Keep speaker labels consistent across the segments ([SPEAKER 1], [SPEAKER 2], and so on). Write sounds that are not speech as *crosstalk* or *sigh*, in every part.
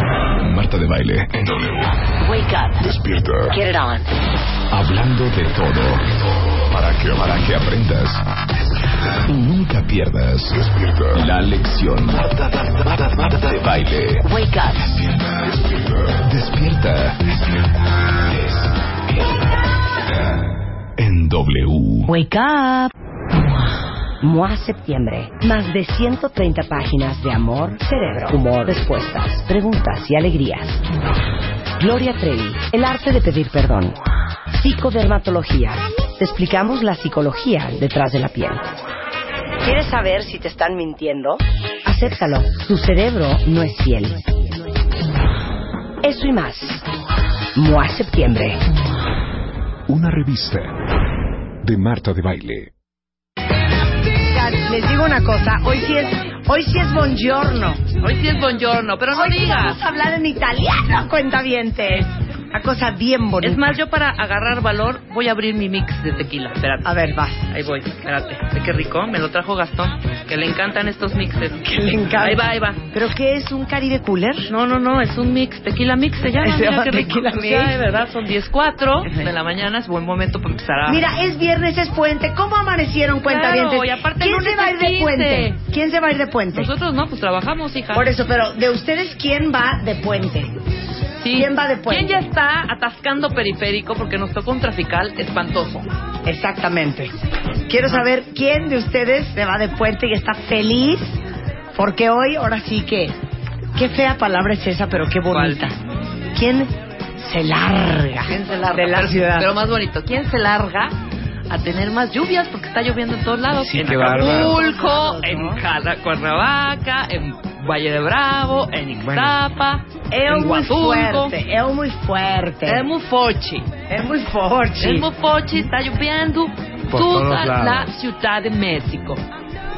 [SPEAKER 1] Marta de Baile en W.
[SPEAKER 2] Wake up.
[SPEAKER 1] Despierta.
[SPEAKER 2] Get it on.
[SPEAKER 1] Hablando de todo. Para que, para que aprendas. Y nunca pierdas. Despierta. La lección. Marta de Baile.
[SPEAKER 2] Wake up.
[SPEAKER 1] Despierta. Despierta. En W.
[SPEAKER 2] Wake up. MOA Septiembre. Más de 130 páginas de amor, cerebro, humor, respuestas, preguntas y alegrías. Gloria Trevi. El arte de pedir perdón. Psicodermatología. Te explicamos la psicología detrás de la piel. ¿Quieres saber si te están mintiendo? Acéptalo. Tu cerebro no es fiel. Eso y más. MOA Septiembre.
[SPEAKER 1] Una revista de Marta de Baile.
[SPEAKER 3] Oigan, les digo una cosa, hoy sí es, hoy sí es buongiorno.
[SPEAKER 4] Hoy sí es buongiorno, pero no
[SPEAKER 3] Hoy sí
[SPEAKER 4] digas.
[SPEAKER 3] vamos a hablar en italiano, cuentavientes. Una cosa bien bonita.
[SPEAKER 4] Es más, yo para agarrar valor voy a abrir mi mix de tequila. Espérate.
[SPEAKER 3] A ver, vas.
[SPEAKER 4] Ahí voy, espérate. Ve qué rico, me lo trajo Gastón, que le encantan estos mixes.
[SPEAKER 3] Que le encanta.
[SPEAKER 4] Ahí va, ahí va.
[SPEAKER 3] ¿Pero qué es un Caribe Cooler?
[SPEAKER 4] No, no, no, es un mix, tequila mix se llama.
[SPEAKER 3] Se
[SPEAKER 4] mira
[SPEAKER 3] llama
[SPEAKER 4] qué rico.
[SPEAKER 3] tequila
[SPEAKER 4] Pues
[SPEAKER 3] mix.
[SPEAKER 4] ya, de verdad, son 10.4 de la mañana, es buen momento para empezar a...
[SPEAKER 3] Mira, es viernes, es puente. ¿Cómo amanecieron cuentavientes?
[SPEAKER 4] Ah. Claro, y aparte
[SPEAKER 3] ¿Quién
[SPEAKER 4] lunes
[SPEAKER 3] se va a ir
[SPEAKER 4] es
[SPEAKER 3] de
[SPEAKER 4] 15.
[SPEAKER 3] puente? ¿Quién se va a ir de puente?
[SPEAKER 4] Nosotros no, pues trabajamos, hija.
[SPEAKER 3] Por eso, pero de ustedes, ¿quién va de puente?
[SPEAKER 4] Sí.
[SPEAKER 3] ¿Quién va de puente?
[SPEAKER 4] ¿Quién ya está atascando periférico porque nos tocó un trafical espantoso?
[SPEAKER 3] Exactamente. Quiero saber quién de ustedes se va de puente y está feliz, porque hoy, ahora sí que, qué fea palabra es esa, pero qué bonita. ¿Quién se larga?
[SPEAKER 4] ¿Quién se larga?
[SPEAKER 3] De la
[SPEAKER 4] Pero-
[SPEAKER 3] ciudad.
[SPEAKER 4] Pero más bonito, ¿quién se larga a tener más lluvias? Porque está lloviendo en todos lados.
[SPEAKER 5] Sí,
[SPEAKER 4] en
[SPEAKER 5] qué
[SPEAKER 4] Acapulco,
[SPEAKER 3] bárbaro.
[SPEAKER 4] en Jala- Cuernavaca, en Valle de Bravo, en Ixtapa,
[SPEAKER 3] es
[SPEAKER 4] en
[SPEAKER 3] muy
[SPEAKER 4] Huatulco.
[SPEAKER 3] fuerte, es muy fuerte.
[SPEAKER 4] Es muy fochi.
[SPEAKER 3] Es muy fuerte.
[SPEAKER 4] Es muy fochi, está lloviendo
[SPEAKER 5] Por
[SPEAKER 4] toda
[SPEAKER 5] todos lados.
[SPEAKER 4] la Ciudad de
[SPEAKER 5] *laughs*
[SPEAKER 4] México.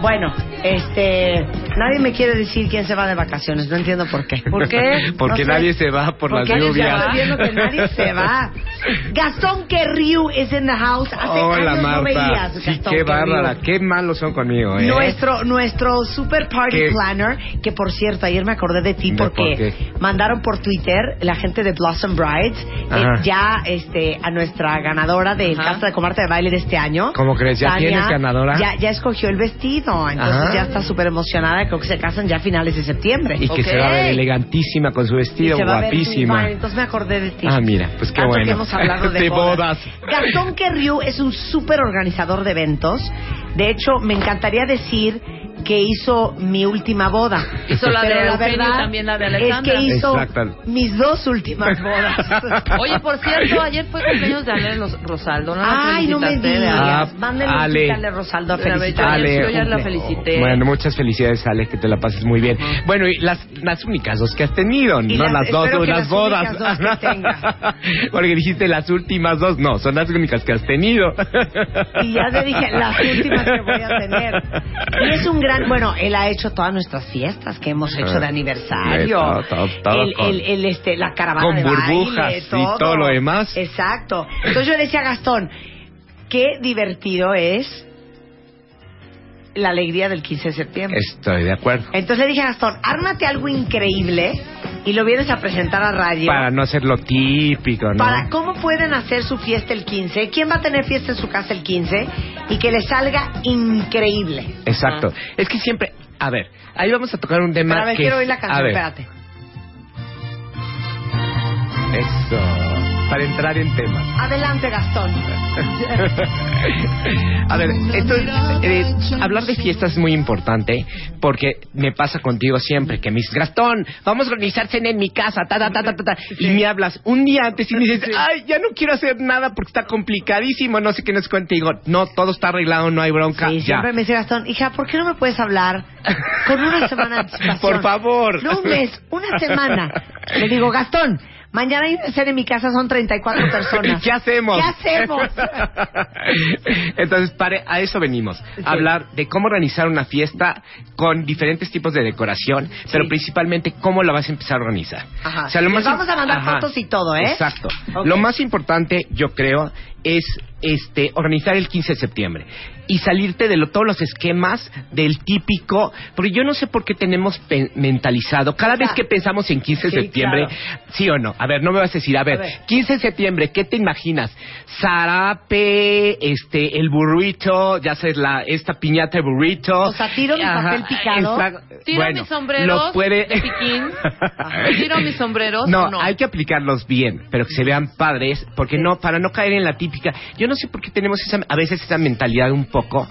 [SPEAKER 3] Bueno, este, nadie me quiere decir quién se va de vacaciones, no entiendo por qué.
[SPEAKER 4] ¿Por qué?
[SPEAKER 5] *laughs* Porque
[SPEAKER 3] No sé.
[SPEAKER 5] nadie se va por las
[SPEAKER 3] Porque nadie se
[SPEAKER 5] lluvias.
[SPEAKER 3] va, viendo que nadie se va. *laughs* Gastón Querriu is in the house. Hace
[SPEAKER 5] Hola
[SPEAKER 3] años no
[SPEAKER 5] Marta.
[SPEAKER 3] veías,
[SPEAKER 5] sí,
[SPEAKER 3] Gastón
[SPEAKER 5] qué
[SPEAKER 3] Querriu.
[SPEAKER 5] bárbara, qué malos son conmigo, ¿eh?
[SPEAKER 3] Nuestro, nuestro super party
[SPEAKER 5] ¿Qué?
[SPEAKER 3] planner, que por cierto, ayer me acordé de ti
[SPEAKER 5] ¿De
[SPEAKER 3] porque
[SPEAKER 5] por qué?
[SPEAKER 3] mandaron por Twitter la gente de Blossom Brides eh,
[SPEAKER 5] Ajá.
[SPEAKER 3] ya este, a nuestra ganadora del
[SPEAKER 4] Ajá.
[SPEAKER 3] Casa de Comarte de Baile de este año.
[SPEAKER 5] ¿Cómo crees? ¿Ya tienes ganadora?
[SPEAKER 3] Ya, ya escogió el vestido, entonces
[SPEAKER 5] Ajá.
[SPEAKER 3] ya está súper emocionada, creo que se casan ya a finales de septiembre.
[SPEAKER 5] Y que se va a ver elegantísima con su
[SPEAKER 3] Y
[SPEAKER 5] vestido,
[SPEAKER 3] se va a ver muy
[SPEAKER 5] guapísima.
[SPEAKER 3] mal, entonces me acordé de ti.
[SPEAKER 5] Ah, mira, pues qué
[SPEAKER 3] Tanto
[SPEAKER 5] bueno.
[SPEAKER 3] que hemos
[SPEAKER 5] *laughs*
[SPEAKER 3] hablado de,
[SPEAKER 5] De
[SPEAKER 3] bodas.
[SPEAKER 5] bodas.
[SPEAKER 3] Gastón Querriu es un súper organizador de eventos. De hecho, me encantaría decir que hizo mi última boda.
[SPEAKER 4] Hizo la
[SPEAKER 3] Pero
[SPEAKER 4] de
[SPEAKER 3] la
[SPEAKER 4] Eugenio y
[SPEAKER 3] verdad
[SPEAKER 4] también la de
[SPEAKER 3] es
[SPEAKER 4] Alejandra.
[SPEAKER 3] que hizo
[SPEAKER 5] Exacto.
[SPEAKER 3] mis dos últimas bodas.
[SPEAKER 5] *laughs*
[SPEAKER 4] Oye, por cierto, ayer fue cumpleaños de Ale Los- Rosaldo. ¿no la
[SPEAKER 3] Ay, no me
[SPEAKER 4] felicitaste?
[SPEAKER 3] digas.
[SPEAKER 5] Ah,
[SPEAKER 3] Mándenle un
[SPEAKER 5] Ale.
[SPEAKER 3] tweet a Ale Rosaldo a
[SPEAKER 4] La
[SPEAKER 3] felicitar.
[SPEAKER 4] bella-
[SPEAKER 5] Ale,
[SPEAKER 4] yo ya la
[SPEAKER 5] oh,
[SPEAKER 4] felicité.
[SPEAKER 5] Bueno, muchas felicidades, Ale, que te la pases muy bien. Bueno, y las, las únicas dos que has tenido,
[SPEAKER 3] Y
[SPEAKER 5] no
[SPEAKER 3] las-
[SPEAKER 5] las dos,
[SPEAKER 3] espero que
[SPEAKER 5] las,
[SPEAKER 3] las
[SPEAKER 5] bodas.
[SPEAKER 3] únicas dos que tenga.
[SPEAKER 5] *laughs* Porque dijiste las últimas dos, no, son las únicas que has
[SPEAKER 3] *laughs*
[SPEAKER 5] tenido.
[SPEAKER 3] Y ya te dije, las últimas que voy a tener. Y es un gran, bueno, él ha hecho todas nuestras fiestas que hemos hecho de
[SPEAKER 5] Ah,
[SPEAKER 3] aniversario.
[SPEAKER 5] todo, todo, todo
[SPEAKER 3] el,
[SPEAKER 5] con-
[SPEAKER 3] el- el, este, la caravana
[SPEAKER 5] con
[SPEAKER 3] de baile,
[SPEAKER 5] burbujas y
[SPEAKER 3] todo.
[SPEAKER 5] todo lo demás.
[SPEAKER 3] Exacto. Entonces yo le decía a Gastón, qué divertido es la alegría del 15 de septiembre.
[SPEAKER 5] Estoy de acuerdo.
[SPEAKER 3] Entonces le dije a Gastón, ármate algo increíble y lo vienes a presentar a radio.
[SPEAKER 5] Para no ser lo típico, ¿no?
[SPEAKER 3] Para cómo pueden hacer su fiesta el 15, quién va a tener fiesta en su casa el 15 y que les salga increíble.
[SPEAKER 5] Exacto.
[SPEAKER 4] Ajá.
[SPEAKER 5] Es que siempre, a ver, ahí vamos a tocar un tema
[SPEAKER 3] Pero a Ah. ver,
[SPEAKER 5] que
[SPEAKER 3] quiero
[SPEAKER 5] es-
[SPEAKER 3] oír la
[SPEAKER 5] a
[SPEAKER 3] canción,
[SPEAKER 5] ver,
[SPEAKER 3] espérate.
[SPEAKER 5] Eso. para entrar en temas.
[SPEAKER 3] Adelante, Gastón.
[SPEAKER 5] *laughs* A ver, entonces, eh, hablar de fiestas es muy importante porque me pasa contigo siempre que me dices, Gastón, vamos a organizar cena en mi casa, ta, ta, ta, ta, ta, ta", y me hablas un día antes y me dices, ay, ya no quiero hacer nada porque está complicadísimo, no sé qué nos contigo. No, todo está arreglado, no hay bronca,
[SPEAKER 3] Sí,
[SPEAKER 5] ya.
[SPEAKER 3] siempre me dice Gastón, hija, ¿por qué no me puedes hablar con
[SPEAKER 5] *laughs*
[SPEAKER 3] una semana de anticipación?
[SPEAKER 5] Por favor.
[SPEAKER 3] No un mes, una semana. Le digo, Gastón, mañana hay una cena en mi casa, son
[SPEAKER 5] *laughs*
[SPEAKER 3] 34 personas.
[SPEAKER 5] ¿Qué hacemos?
[SPEAKER 3] ¿Qué hacemos?
[SPEAKER 5] *laughs* Entonces, para, a eso venimos. a Hablar de cómo organizar una fiesta con diferentes tipos de decoración, pero principalmente cómo la vas a empezar a organizar.
[SPEAKER 3] Ajá. Les vamos a mandar fotos y todo, ¿eh?
[SPEAKER 5] Exacto.
[SPEAKER 3] Ok.
[SPEAKER 5] Lo más importante, yo creo, es este organizar el 15 de septiembre y salirte de lo- todos los esquemas del típico, porque yo no sé por qué tenemos pe- mentalizado, cada vez que pensamos en 15 de
[SPEAKER 3] Sí,
[SPEAKER 5] septiembre,
[SPEAKER 3] claro.
[SPEAKER 5] ¿Sí o no? A ver, no me vas a decir, a ver,
[SPEAKER 3] A ver.
[SPEAKER 5] 15 de septiembre, ¿qué te imaginas? Zarape, este, el burrito, ya sabes, la, esta piñata de burrito.
[SPEAKER 3] O sea, tiro mi papel picado.
[SPEAKER 4] Tiro mis sombreros
[SPEAKER 5] lo
[SPEAKER 4] de
[SPEAKER 5] puede... *laughs*
[SPEAKER 4] piquín. Tiro mis sombreros,
[SPEAKER 5] No,
[SPEAKER 4] no.
[SPEAKER 5] hay que aplicarlos bien, pero que se vean padres, porque no, para no caer en la típica. Yo no sé por qué tenemos esa, a veces esa mentalidad un poco.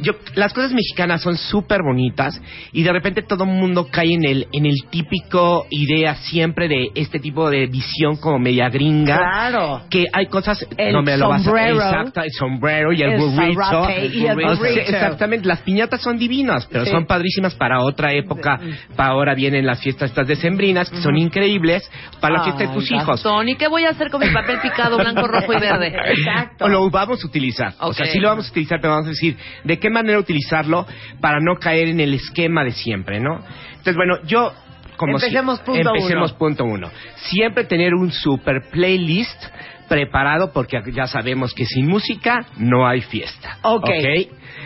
[SPEAKER 5] Yo, las cosas mexicanas son súper bonitas y de repente todo el mundo cae en el, en el típico idea siempre de este tipo de visión como media gringa.
[SPEAKER 3] Claro.
[SPEAKER 5] Que hay cosas.
[SPEAKER 3] El
[SPEAKER 5] no me
[SPEAKER 3] sombrero.
[SPEAKER 5] lo vas a. Exacto, el sombrero y el,
[SPEAKER 3] El
[SPEAKER 5] burrito.
[SPEAKER 3] zarape y el
[SPEAKER 5] O sea,
[SPEAKER 3] burrito.
[SPEAKER 5] exactamente, las piñatas son divinas, pero
[SPEAKER 3] Sí.
[SPEAKER 5] son padrísimas para otra época. Para ahora vienen las fiestas estas decembrinas, que son increíbles, para la fiesta de
[SPEAKER 3] Ay,
[SPEAKER 5] tus hijos.
[SPEAKER 4] Tony, ¿qué voy a hacer con mi papel picado blanco, rojo y verde?
[SPEAKER 3] Exacto.
[SPEAKER 5] O lo vamos a utilizar. O sea,
[SPEAKER 4] Ok.
[SPEAKER 5] sí lo vamos a utilizar, pero vamos a decir de qué manera utilizarlo para no caer en el esquema de siempre, ¿no? Entonces, bueno, yo... Como si-
[SPEAKER 3] Empecemos punto
[SPEAKER 5] empecemos
[SPEAKER 3] uno.
[SPEAKER 5] punto uno. Siempre tener un super playlist preparado porque ya sabemos que sin música no hay fiesta.
[SPEAKER 3] Ok.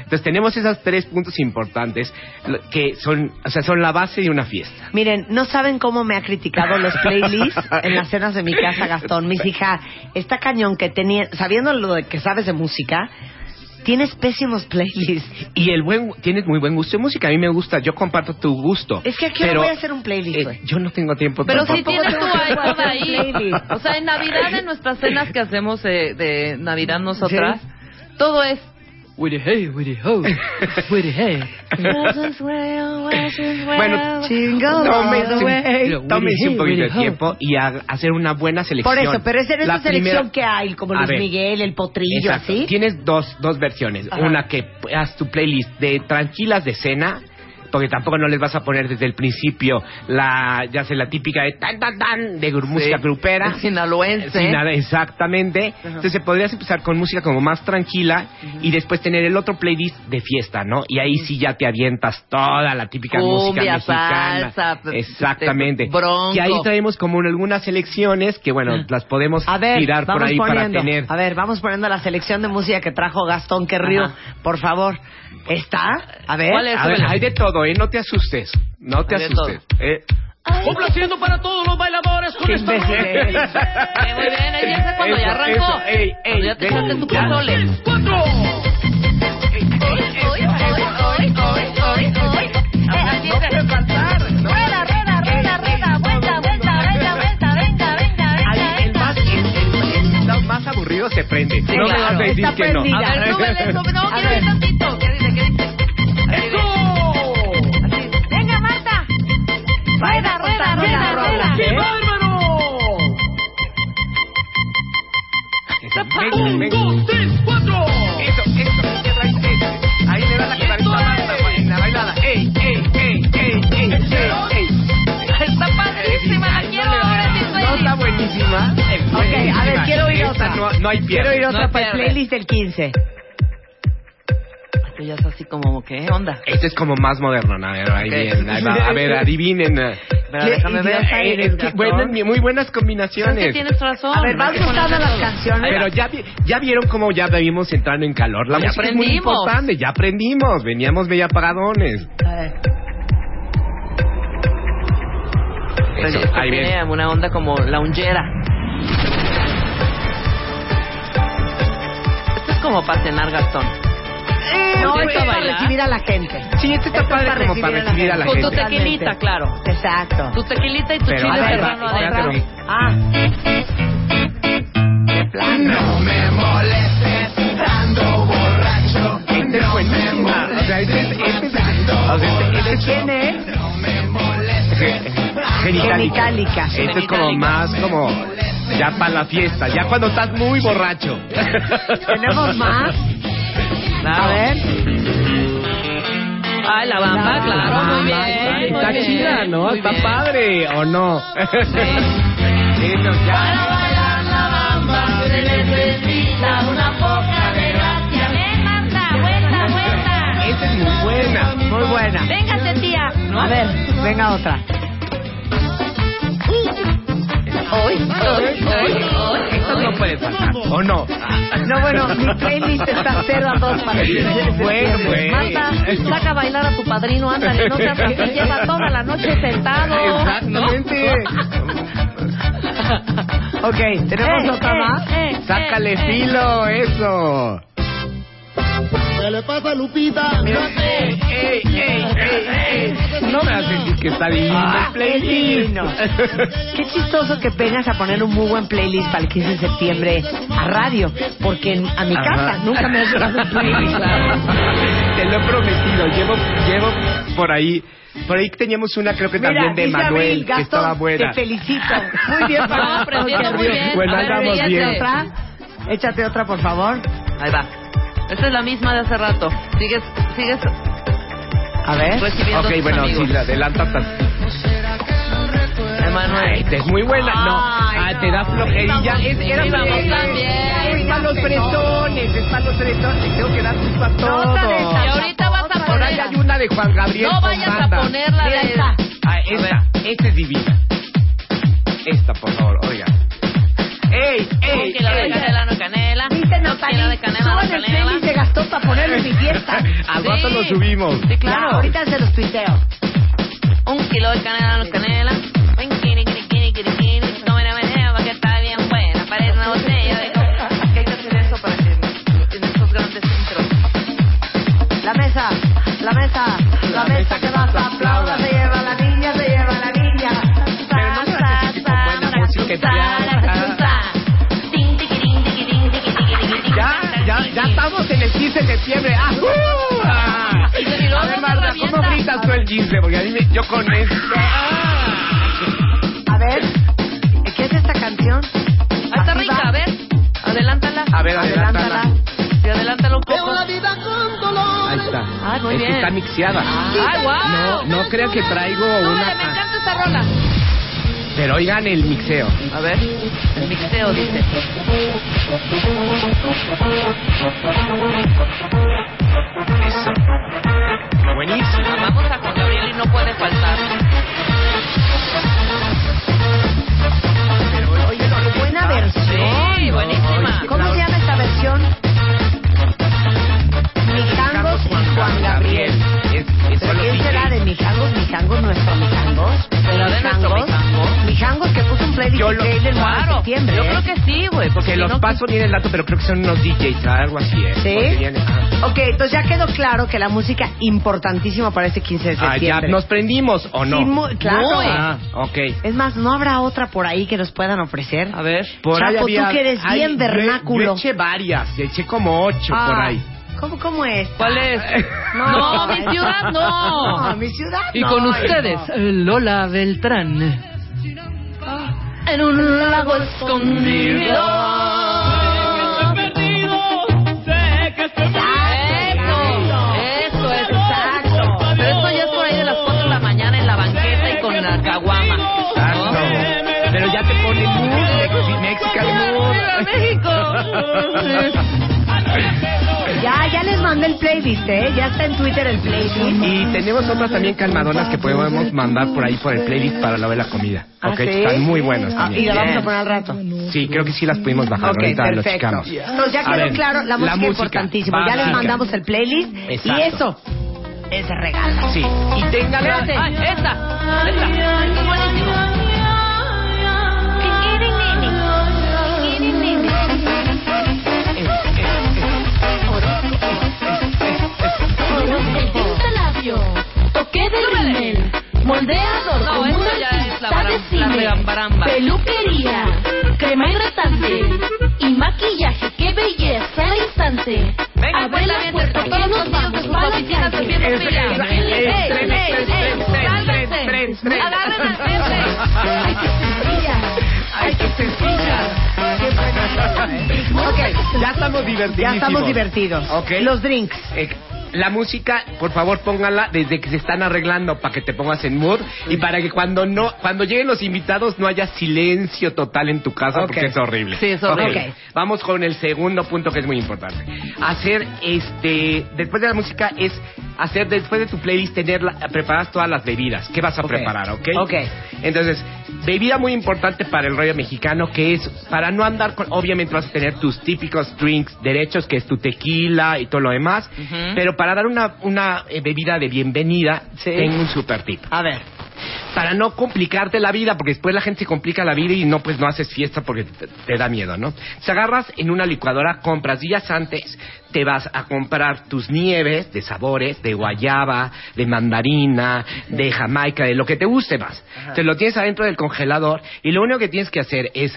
[SPEAKER 5] Entonces tenemos esos tres puntos importantes lo- que son, o sea, son la base de una fiesta.
[SPEAKER 3] Miren, no saben cómo me ha criticado
[SPEAKER 5] *laughs*
[SPEAKER 3] los playlists en las cenas de mi casa, Gastón. Mis hija, está cañón que tenía, sabiendo lo de que sabes de música, tienes pésimos playlists.
[SPEAKER 5] Y el buen, tienes muy buen gusto en música. A mí me gusta, yo comparto tu gusto.
[SPEAKER 3] Es que aquí no
[SPEAKER 5] Pero,
[SPEAKER 3] voy a hacer un playlist,
[SPEAKER 5] eh,
[SPEAKER 3] güey.
[SPEAKER 5] yo no tengo tiempo
[SPEAKER 4] Pero si
[SPEAKER 5] tampoco.
[SPEAKER 4] tienes tu
[SPEAKER 3] tengo que
[SPEAKER 4] iPod
[SPEAKER 3] hacer
[SPEAKER 4] ahí.
[SPEAKER 3] playlist.
[SPEAKER 4] O sea, en Navidad, en nuestras cenas que hacemos eh, de Navidad nosotras, todo es... Woody hey, Woody ho, Woody hey.
[SPEAKER 5] Bueno,
[SPEAKER 3] Chingo.
[SPEAKER 5] Tómense,
[SPEAKER 3] güey.
[SPEAKER 5] un- tómense un poquito de tiempo y ha- hacer una buena selección.
[SPEAKER 3] Por eso, pero es en esa
[SPEAKER 5] La primera-
[SPEAKER 3] selección que hay, como
[SPEAKER 5] A
[SPEAKER 3] Luis
[SPEAKER 5] ver,
[SPEAKER 3] Miguel, el potrillo,
[SPEAKER 5] Exacto.
[SPEAKER 3] así.
[SPEAKER 5] Tienes dos, dos versiones.
[SPEAKER 3] Ajá.
[SPEAKER 5] Una que haz tu playlist de tranquilas de cena, porque tampoco no les vas a poner desde el principio la, ya sé, la típica de tan, tan, tan, de gru- música grupera.
[SPEAKER 4] El sinaloense.
[SPEAKER 5] Eh, Sin nada, exactamente. Entonces podrías empezar con música como más tranquila y después tener el otro playlist de fiesta, ¿no? Y ahí sí ya te avientas toda la típica música
[SPEAKER 4] Cumbia,
[SPEAKER 5] mexicana.
[SPEAKER 4] salsa, pe-
[SPEAKER 5] exactamente.
[SPEAKER 4] este, bronco.
[SPEAKER 5] Que ahí traemos como en algunas selecciones que, bueno, las podemos
[SPEAKER 3] A ver,
[SPEAKER 5] tirar por
[SPEAKER 3] vamos
[SPEAKER 5] ahí para
[SPEAKER 3] poniendo.
[SPEAKER 5] tener.
[SPEAKER 3] A ver, vamos poniendo la selección de música que trajo Gastón Querrío,
[SPEAKER 5] Ajá.
[SPEAKER 3] por favor. ¿Está? A ver.
[SPEAKER 4] ¿Cuál es?
[SPEAKER 5] A ver,
[SPEAKER 4] Súbela.
[SPEAKER 5] hay de todo, ¿eh? No te asustes. No te
[SPEAKER 4] Hay de
[SPEAKER 5] asustes. ¿eh?
[SPEAKER 4] Un placiendo para todos los bailadores con
[SPEAKER 3] Qué
[SPEAKER 4] esta
[SPEAKER 3] imbécil
[SPEAKER 4] música.
[SPEAKER 3] eres.
[SPEAKER 4] Eh, Muy bien, ahí es cuando ya
[SPEAKER 5] Eso,
[SPEAKER 4] arrancó.
[SPEAKER 5] eso, ey, ey,
[SPEAKER 4] Cuando ya te
[SPEAKER 5] ven,
[SPEAKER 4] echaste tu
[SPEAKER 5] ya.
[SPEAKER 4] pozole.
[SPEAKER 5] Ahí el más, el- el- el más aburrido se prende. no me vas
[SPEAKER 4] claro.
[SPEAKER 5] a decir
[SPEAKER 3] Está
[SPEAKER 5] que no.
[SPEAKER 3] prendida.
[SPEAKER 4] A ver, súbele, súbele. No,
[SPEAKER 3] A
[SPEAKER 4] quiero
[SPEAKER 3] ver.
[SPEAKER 4] ver tantito. ¿Qué dice? ¿Qué dice?
[SPEAKER 6] Venga, Marta. Rueda, rueda, rueda, rueda.
[SPEAKER 5] ¿Qué? Un, dos, tres, cuatro. Eso, eso, que traes eso. Ahí le da la clarita Marta, güey, la bailada. Ey, ey, ey, ey, ey, ey, ey.
[SPEAKER 4] Está padrísima, la quiero ahora en mi
[SPEAKER 5] No está
[SPEAKER 4] playlist.
[SPEAKER 5] buenísima.
[SPEAKER 3] Ok, a ver, quiero oír
[SPEAKER 5] Esta
[SPEAKER 3] otra.
[SPEAKER 5] No, no hay pierde.
[SPEAKER 3] Quiero ir otra
[SPEAKER 4] No
[SPEAKER 3] para el
[SPEAKER 4] pierde.
[SPEAKER 3] playlist del 15.
[SPEAKER 4] Esto ya es así como, ¿qué onda?
[SPEAKER 5] Este es como más moderno, ¿no? a ver, ahí
[SPEAKER 4] Ok.
[SPEAKER 5] viene, ahí va.
[SPEAKER 3] *laughs*
[SPEAKER 5] A ver, adivinen. eh.
[SPEAKER 4] Pero déjame ver.
[SPEAKER 5] Eh, eh,
[SPEAKER 3] eres,
[SPEAKER 5] qué
[SPEAKER 3] Gastón.
[SPEAKER 5] buenas- muy buenas
[SPEAKER 4] Creo que
[SPEAKER 5] combinaciones.
[SPEAKER 4] tienes razón.
[SPEAKER 3] A ver, van
[SPEAKER 4] Hay que ponerle
[SPEAKER 3] gustando las
[SPEAKER 4] todo.
[SPEAKER 3] canciones.
[SPEAKER 5] Pero ya, vi- ya vieron cómo ya debimos entrando en calor. La
[SPEAKER 4] Ya
[SPEAKER 5] música es muy
[SPEAKER 4] aprendimos.
[SPEAKER 5] importante, ya aprendimos. Veníamos medio apagadones.
[SPEAKER 3] A ver. Pues,
[SPEAKER 5] Eso,
[SPEAKER 4] Esto
[SPEAKER 5] ahí
[SPEAKER 4] tiene
[SPEAKER 5] viene.
[SPEAKER 4] una onda como loungera. Esto es como para cenar, Gastón.
[SPEAKER 3] No, esto
[SPEAKER 4] ¿ya está
[SPEAKER 3] es para
[SPEAKER 4] bailar?
[SPEAKER 3] recibir a la gente.
[SPEAKER 5] Sí, este está
[SPEAKER 3] Esto es
[SPEAKER 5] padre
[SPEAKER 3] para
[SPEAKER 5] como para recibir a la
[SPEAKER 4] Con tu
[SPEAKER 5] gente.
[SPEAKER 3] Totalmente.
[SPEAKER 4] tequilita, claro.
[SPEAKER 3] Exacto.
[SPEAKER 4] Tu tequilita y tu
[SPEAKER 5] Pero
[SPEAKER 4] chile
[SPEAKER 5] ahí va,
[SPEAKER 4] serrano
[SPEAKER 5] ahí va,
[SPEAKER 4] adentro.
[SPEAKER 5] pero-
[SPEAKER 3] Ah,
[SPEAKER 5] plano.
[SPEAKER 1] me molestes dando borracho.
[SPEAKER 5] Este es buenísimo. O sea, este es. Este es, o sea, este- este es-
[SPEAKER 3] ¿Quién es?
[SPEAKER 5] Genitalica.
[SPEAKER 3] Genitalica.
[SPEAKER 5] Esto es como más como ya para la fiesta, ya cuando estás muy borracho.
[SPEAKER 3] ¿Tenemos más? A ver.
[SPEAKER 4] Ah, la bamba, claro, muy bien. muy
[SPEAKER 5] Está
[SPEAKER 4] bien,
[SPEAKER 5] chida, ¿no?
[SPEAKER 4] muy
[SPEAKER 5] Está
[SPEAKER 4] bien.
[SPEAKER 5] padre, ¿o no? Sí, no, ya.
[SPEAKER 6] Ven, Marta, vuelta, vuelta.
[SPEAKER 5] Esta es muy buena.
[SPEAKER 3] Muy buena.
[SPEAKER 6] Véngase, tía.
[SPEAKER 3] A ver, venga otra.
[SPEAKER 5] Esta no puede faltar, ¿o no?
[SPEAKER 3] No, bueno, mi playlist está cero a dos para que
[SPEAKER 5] Bueno, pues.
[SPEAKER 6] Marta, saca a bailar a tu padrino, ándale, no seas así, lleva toda la noche sentado. Eh,
[SPEAKER 5] Exactamente.
[SPEAKER 3] Ok, ¿tenemos
[SPEAKER 6] Eh,
[SPEAKER 3] otra
[SPEAKER 6] eh,
[SPEAKER 3] más?
[SPEAKER 6] eh, eh,
[SPEAKER 5] Sácale
[SPEAKER 6] eh.
[SPEAKER 5] filo, eso.
[SPEAKER 7] ¿Qué le pasa, Lupita?
[SPEAKER 5] Eh,
[SPEAKER 6] eh.
[SPEAKER 5] ey, ey, ey, ey. No me vas a decir que está eh. divino
[SPEAKER 3] Ah,
[SPEAKER 5] el
[SPEAKER 3] qué
[SPEAKER 5] playlist.
[SPEAKER 3] divino. Qué chistoso que vengas a poner un muy buen playlist para el 15 de septiembre a radio, porque en- a mi
[SPEAKER 5] Ajá.
[SPEAKER 3] casa nunca me has llegado un
[SPEAKER 5] *laughs*
[SPEAKER 3] playlist.
[SPEAKER 5] Te lo he prometido, llevo, llevo por ahí. Por ahí teníamos una, creo que también de
[SPEAKER 3] dice
[SPEAKER 5] Manuel,
[SPEAKER 3] Abril,
[SPEAKER 5] que
[SPEAKER 3] Gastón,
[SPEAKER 5] estaba buena.
[SPEAKER 3] Te felicito. Muy bien, *laughs*
[SPEAKER 4] No,
[SPEAKER 3] Pablo.
[SPEAKER 4] aprendiendo muy bien.
[SPEAKER 5] Bueno,
[SPEAKER 4] A ver,
[SPEAKER 5] andamos
[SPEAKER 4] fíjate.
[SPEAKER 5] bien.
[SPEAKER 3] otra. Échate otra, por favor.
[SPEAKER 4] Ahí va. Esta es la misma de hace rato. Sigues, sigues
[SPEAKER 3] A ver.
[SPEAKER 4] recibiendo
[SPEAKER 5] Ok,
[SPEAKER 4] tus
[SPEAKER 5] bueno,
[SPEAKER 4] amigos.
[SPEAKER 5] sí, la adelanta tan- Ay,
[SPEAKER 4] Emanuel.
[SPEAKER 5] esta es muy buena. No,
[SPEAKER 4] Ay,
[SPEAKER 5] ah, te da
[SPEAKER 4] no.
[SPEAKER 5] flojerilla.
[SPEAKER 4] Íbamos-
[SPEAKER 5] Es- era
[SPEAKER 4] íbamos
[SPEAKER 5] flojera.
[SPEAKER 4] tan bien.
[SPEAKER 5] Ay, están los bretones, están los bretones. Tengo que dar tips a todos.
[SPEAKER 4] Y ahorita vas a
[SPEAKER 5] Por ahí
[SPEAKER 4] poner.
[SPEAKER 5] hay una de Juan Gabriel.
[SPEAKER 4] No
[SPEAKER 5] con
[SPEAKER 4] vayas a
[SPEAKER 5] banda.
[SPEAKER 4] ponerla de esa.
[SPEAKER 5] Ah, esta, esta es divina. Esta, por favor, oiga. ¡Ey,
[SPEAKER 4] Un
[SPEAKER 5] ey!
[SPEAKER 4] kilo de
[SPEAKER 5] ey.
[SPEAKER 4] canela, no canela.
[SPEAKER 3] Viste,
[SPEAKER 4] Un kilo de
[SPEAKER 3] Natalie,
[SPEAKER 4] canela, no
[SPEAKER 3] suban el playlist
[SPEAKER 4] canela.
[SPEAKER 3] de Gastón para ponerlo en mi fiesta.
[SPEAKER 5] *laughs* Al rato
[SPEAKER 4] Sí.
[SPEAKER 5] lo subimos.
[SPEAKER 4] Sí,
[SPEAKER 3] Claro,
[SPEAKER 4] claro.
[SPEAKER 3] ahorita se los tuiteo.
[SPEAKER 4] Un kilo de canela, no canela. Ven, kiri, kiri, kiri, kiri, kiri. Toma una veneno porque está bien buena. Parece una botella de coca. ¿Qué *laughs* hay que hacer eso para que en estos grandes centros?
[SPEAKER 3] La mesa, la mesa, la mesa que más aplauda. Se lleva la niña, se lleva la niña.
[SPEAKER 5] Pero no me vas a decir que con buena música que ya- Ya, ya, ya estamos en el 15 de septiembre. ¡Ah! ¡uh!
[SPEAKER 4] *laughs*
[SPEAKER 5] ¡Ah!
[SPEAKER 4] Y luego
[SPEAKER 5] A ver,
[SPEAKER 4] no te
[SPEAKER 5] Marta, ¿cómo
[SPEAKER 4] revientas.
[SPEAKER 5] gritas tú el 15? Porque a mí me- yo con este. esto.
[SPEAKER 3] A ver, ¿qué es esta canción?
[SPEAKER 4] Ah, está rica, a ver. Adelántala.
[SPEAKER 5] A ver, adelántala.
[SPEAKER 4] Sí, adelántala un poco.
[SPEAKER 5] Ahí está.
[SPEAKER 4] Ay, Ah, muy
[SPEAKER 5] es que
[SPEAKER 4] bien.
[SPEAKER 5] está mixiada.
[SPEAKER 4] ¡Ay, guau!
[SPEAKER 5] No, no creo que traigo
[SPEAKER 4] Súbele, me
[SPEAKER 5] una.
[SPEAKER 4] encanta esta rola.
[SPEAKER 5] Pero oigan el mixeo.
[SPEAKER 4] A ver, el mixeo dice.
[SPEAKER 5] Buenísimo.
[SPEAKER 4] Vamos a Juan Gabriel y no puede faltar.
[SPEAKER 3] Buena
[SPEAKER 4] Ah, Sí,
[SPEAKER 3] versión.
[SPEAKER 4] buenísima.
[SPEAKER 3] ¿Cómo se llama esta versión? Mijangos y Juan Gabriel.
[SPEAKER 5] Es, es
[SPEAKER 3] ¿Pero
[SPEAKER 5] solo
[SPEAKER 3] quién
[SPEAKER 5] DJ.
[SPEAKER 3] será de Mijangos? Mijangos, nuestro Mijangos.
[SPEAKER 4] ¿Será de nuestro Mijangos?
[SPEAKER 3] Mijangos que puso un playlist
[SPEAKER 5] Yo lo-
[SPEAKER 3] increíble el 9 de
[SPEAKER 4] Claro,
[SPEAKER 3] septiembre.
[SPEAKER 4] yo
[SPEAKER 3] ¿eh?
[SPEAKER 4] creo que sí, güey. Porque
[SPEAKER 5] Se
[SPEAKER 4] si
[SPEAKER 5] los
[SPEAKER 4] no,
[SPEAKER 5] paso bien el dato, pero creo que son unos DJs, algo así, ¿eh?
[SPEAKER 3] ¿Sí?
[SPEAKER 5] Porque vienen- ah.
[SPEAKER 3] Ok, entonces ya quedó claro que la música importantísima para este 15 de
[SPEAKER 5] Ah,
[SPEAKER 3] septiembre.
[SPEAKER 5] ya, ¿nos prendimos o no?
[SPEAKER 3] Sí, mu- claro.
[SPEAKER 5] No, Ah, ok.
[SPEAKER 3] Es más, ¿no habrá otra por ahí que nos puedan ofrecer?
[SPEAKER 4] A ver.
[SPEAKER 5] Por ahí
[SPEAKER 3] Chapo, tú
[SPEAKER 5] había-
[SPEAKER 3] que eres
[SPEAKER 5] ay,
[SPEAKER 3] bien
[SPEAKER 5] yo-
[SPEAKER 3] vernáculo.
[SPEAKER 5] Yo, eché varias, eché como ocho
[SPEAKER 3] Ah,
[SPEAKER 5] por ahí.
[SPEAKER 3] ¿Cómo, cómo es?
[SPEAKER 4] ¿Cuál es? *laughs* No, mi ciudad
[SPEAKER 3] No,
[SPEAKER 4] no.
[SPEAKER 3] mi ciudad
[SPEAKER 4] Y
[SPEAKER 3] no,
[SPEAKER 4] con
[SPEAKER 3] hijo.
[SPEAKER 4] ustedes, Lola Beltrán. Ah, En un lago escondido. Eso, eso es exacto. Pero esto ya es por ahí de las 4 de la mañana en la banqueta y con la caguama.
[SPEAKER 5] Exacto. Pero ya te pone muy mexi- mexican mood.
[SPEAKER 4] ¡Viva México!
[SPEAKER 3] Ya, ya les mandé el playlist, ¿eh? Ya está en Twitter el playlist.
[SPEAKER 5] Y tenemos otras también calmadonas que podemos mandar por ahí por el playlist para la de la comida.
[SPEAKER 3] Ah,
[SPEAKER 5] ok,
[SPEAKER 3] ¿sí?
[SPEAKER 5] están muy buenas
[SPEAKER 3] Ah, y
[SPEAKER 5] también.
[SPEAKER 3] la vamos a poner al rato.
[SPEAKER 5] Sí, creo que sí las pudimos bajar.
[SPEAKER 3] Ok,
[SPEAKER 5] Ahorita lo
[SPEAKER 3] perfecto.
[SPEAKER 5] checamos.
[SPEAKER 3] Entonces ya
[SPEAKER 5] A
[SPEAKER 3] quedó
[SPEAKER 5] ver,
[SPEAKER 3] claro, la música es importantísima. Ya les
[SPEAKER 5] básica.
[SPEAKER 3] mandamos el playlist. Y
[SPEAKER 5] Exacto.
[SPEAKER 3] eso es de regalo.
[SPEAKER 5] Sí, y tengan
[SPEAKER 4] Espérate. Ah, esta, esta. Es buenísimo.
[SPEAKER 6] Toque del rimel, moldea
[SPEAKER 4] No,
[SPEAKER 6] con
[SPEAKER 4] esto
[SPEAKER 6] una
[SPEAKER 4] ya es la
[SPEAKER 6] artista de
[SPEAKER 4] baram- la
[SPEAKER 6] cine,
[SPEAKER 4] regambaramba.
[SPEAKER 6] peluquería,
[SPEAKER 8] crema hidratante y maquillaje. ¡Qué belleza al instante!
[SPEAKER 4] Venga,
[SPEAKER 8] Abre la puerta, todos nos vamos para la calle. Agarren al verde.
[SPEAKER 4] *laughs*
[SPEAKER 8] ¡Ay, qué sencilla! ¡Ay, qué sencilla!
[SPEAKER 5] Ok, ya estamos divertidos.
[SPEAKER 3] Ya estamos divertidos.
[SPEAKER 5] Ok.
[SPEAKER 3] Los drinks.
[SPEAKER 5] Eh, la música, por favor, pónganla desde que se están arreglando para que te pongas en mood y para que cuando no, cuando lleguen los invitados no haya silencio total en tu casa
[SPEAKER 3] Ok.
[SPEAKER 5] porque es horrible.
[SPEAKER 6] Sí, es horrible.
[SPEAKER 5] Ok. Vamos con el segundo punto que es muy importante. Hacer este después de la música es hacer después de tu playlist tener la- preparas todas las bebidas. ¿Qué vas a
[SPEAKER 3] Ok.
[SPEAKER 5] preparar, ok?
[SPEAKER 3] Ok.
[SPEAKER 5] Entonces, bebida muy importante para el rollo mexicano que es para no andar con obviamente vas a tener tus típicos drinks derechos que es tu tequila y todo lo demás,
[SPEAKER 6] Ujú.
[SPEAKER 5] pero para dar una una eh, bebida de bienvenida tengo un super tip
[SPEAKER 3] A ver.
[SPEAKER 5] para no complicarte la vida, porque después la gente se complica la vida y no pues no haces fiesta porque te, te da miedo, ¿no? Se agarras en una licuadora, compras días antes, te vas a comprar tus nieves de sabores, de guayaba, de mandarina, de jamaica, de lo que te guste más. Te lo tienes adentro del congelador y lo único que tienes que hacer es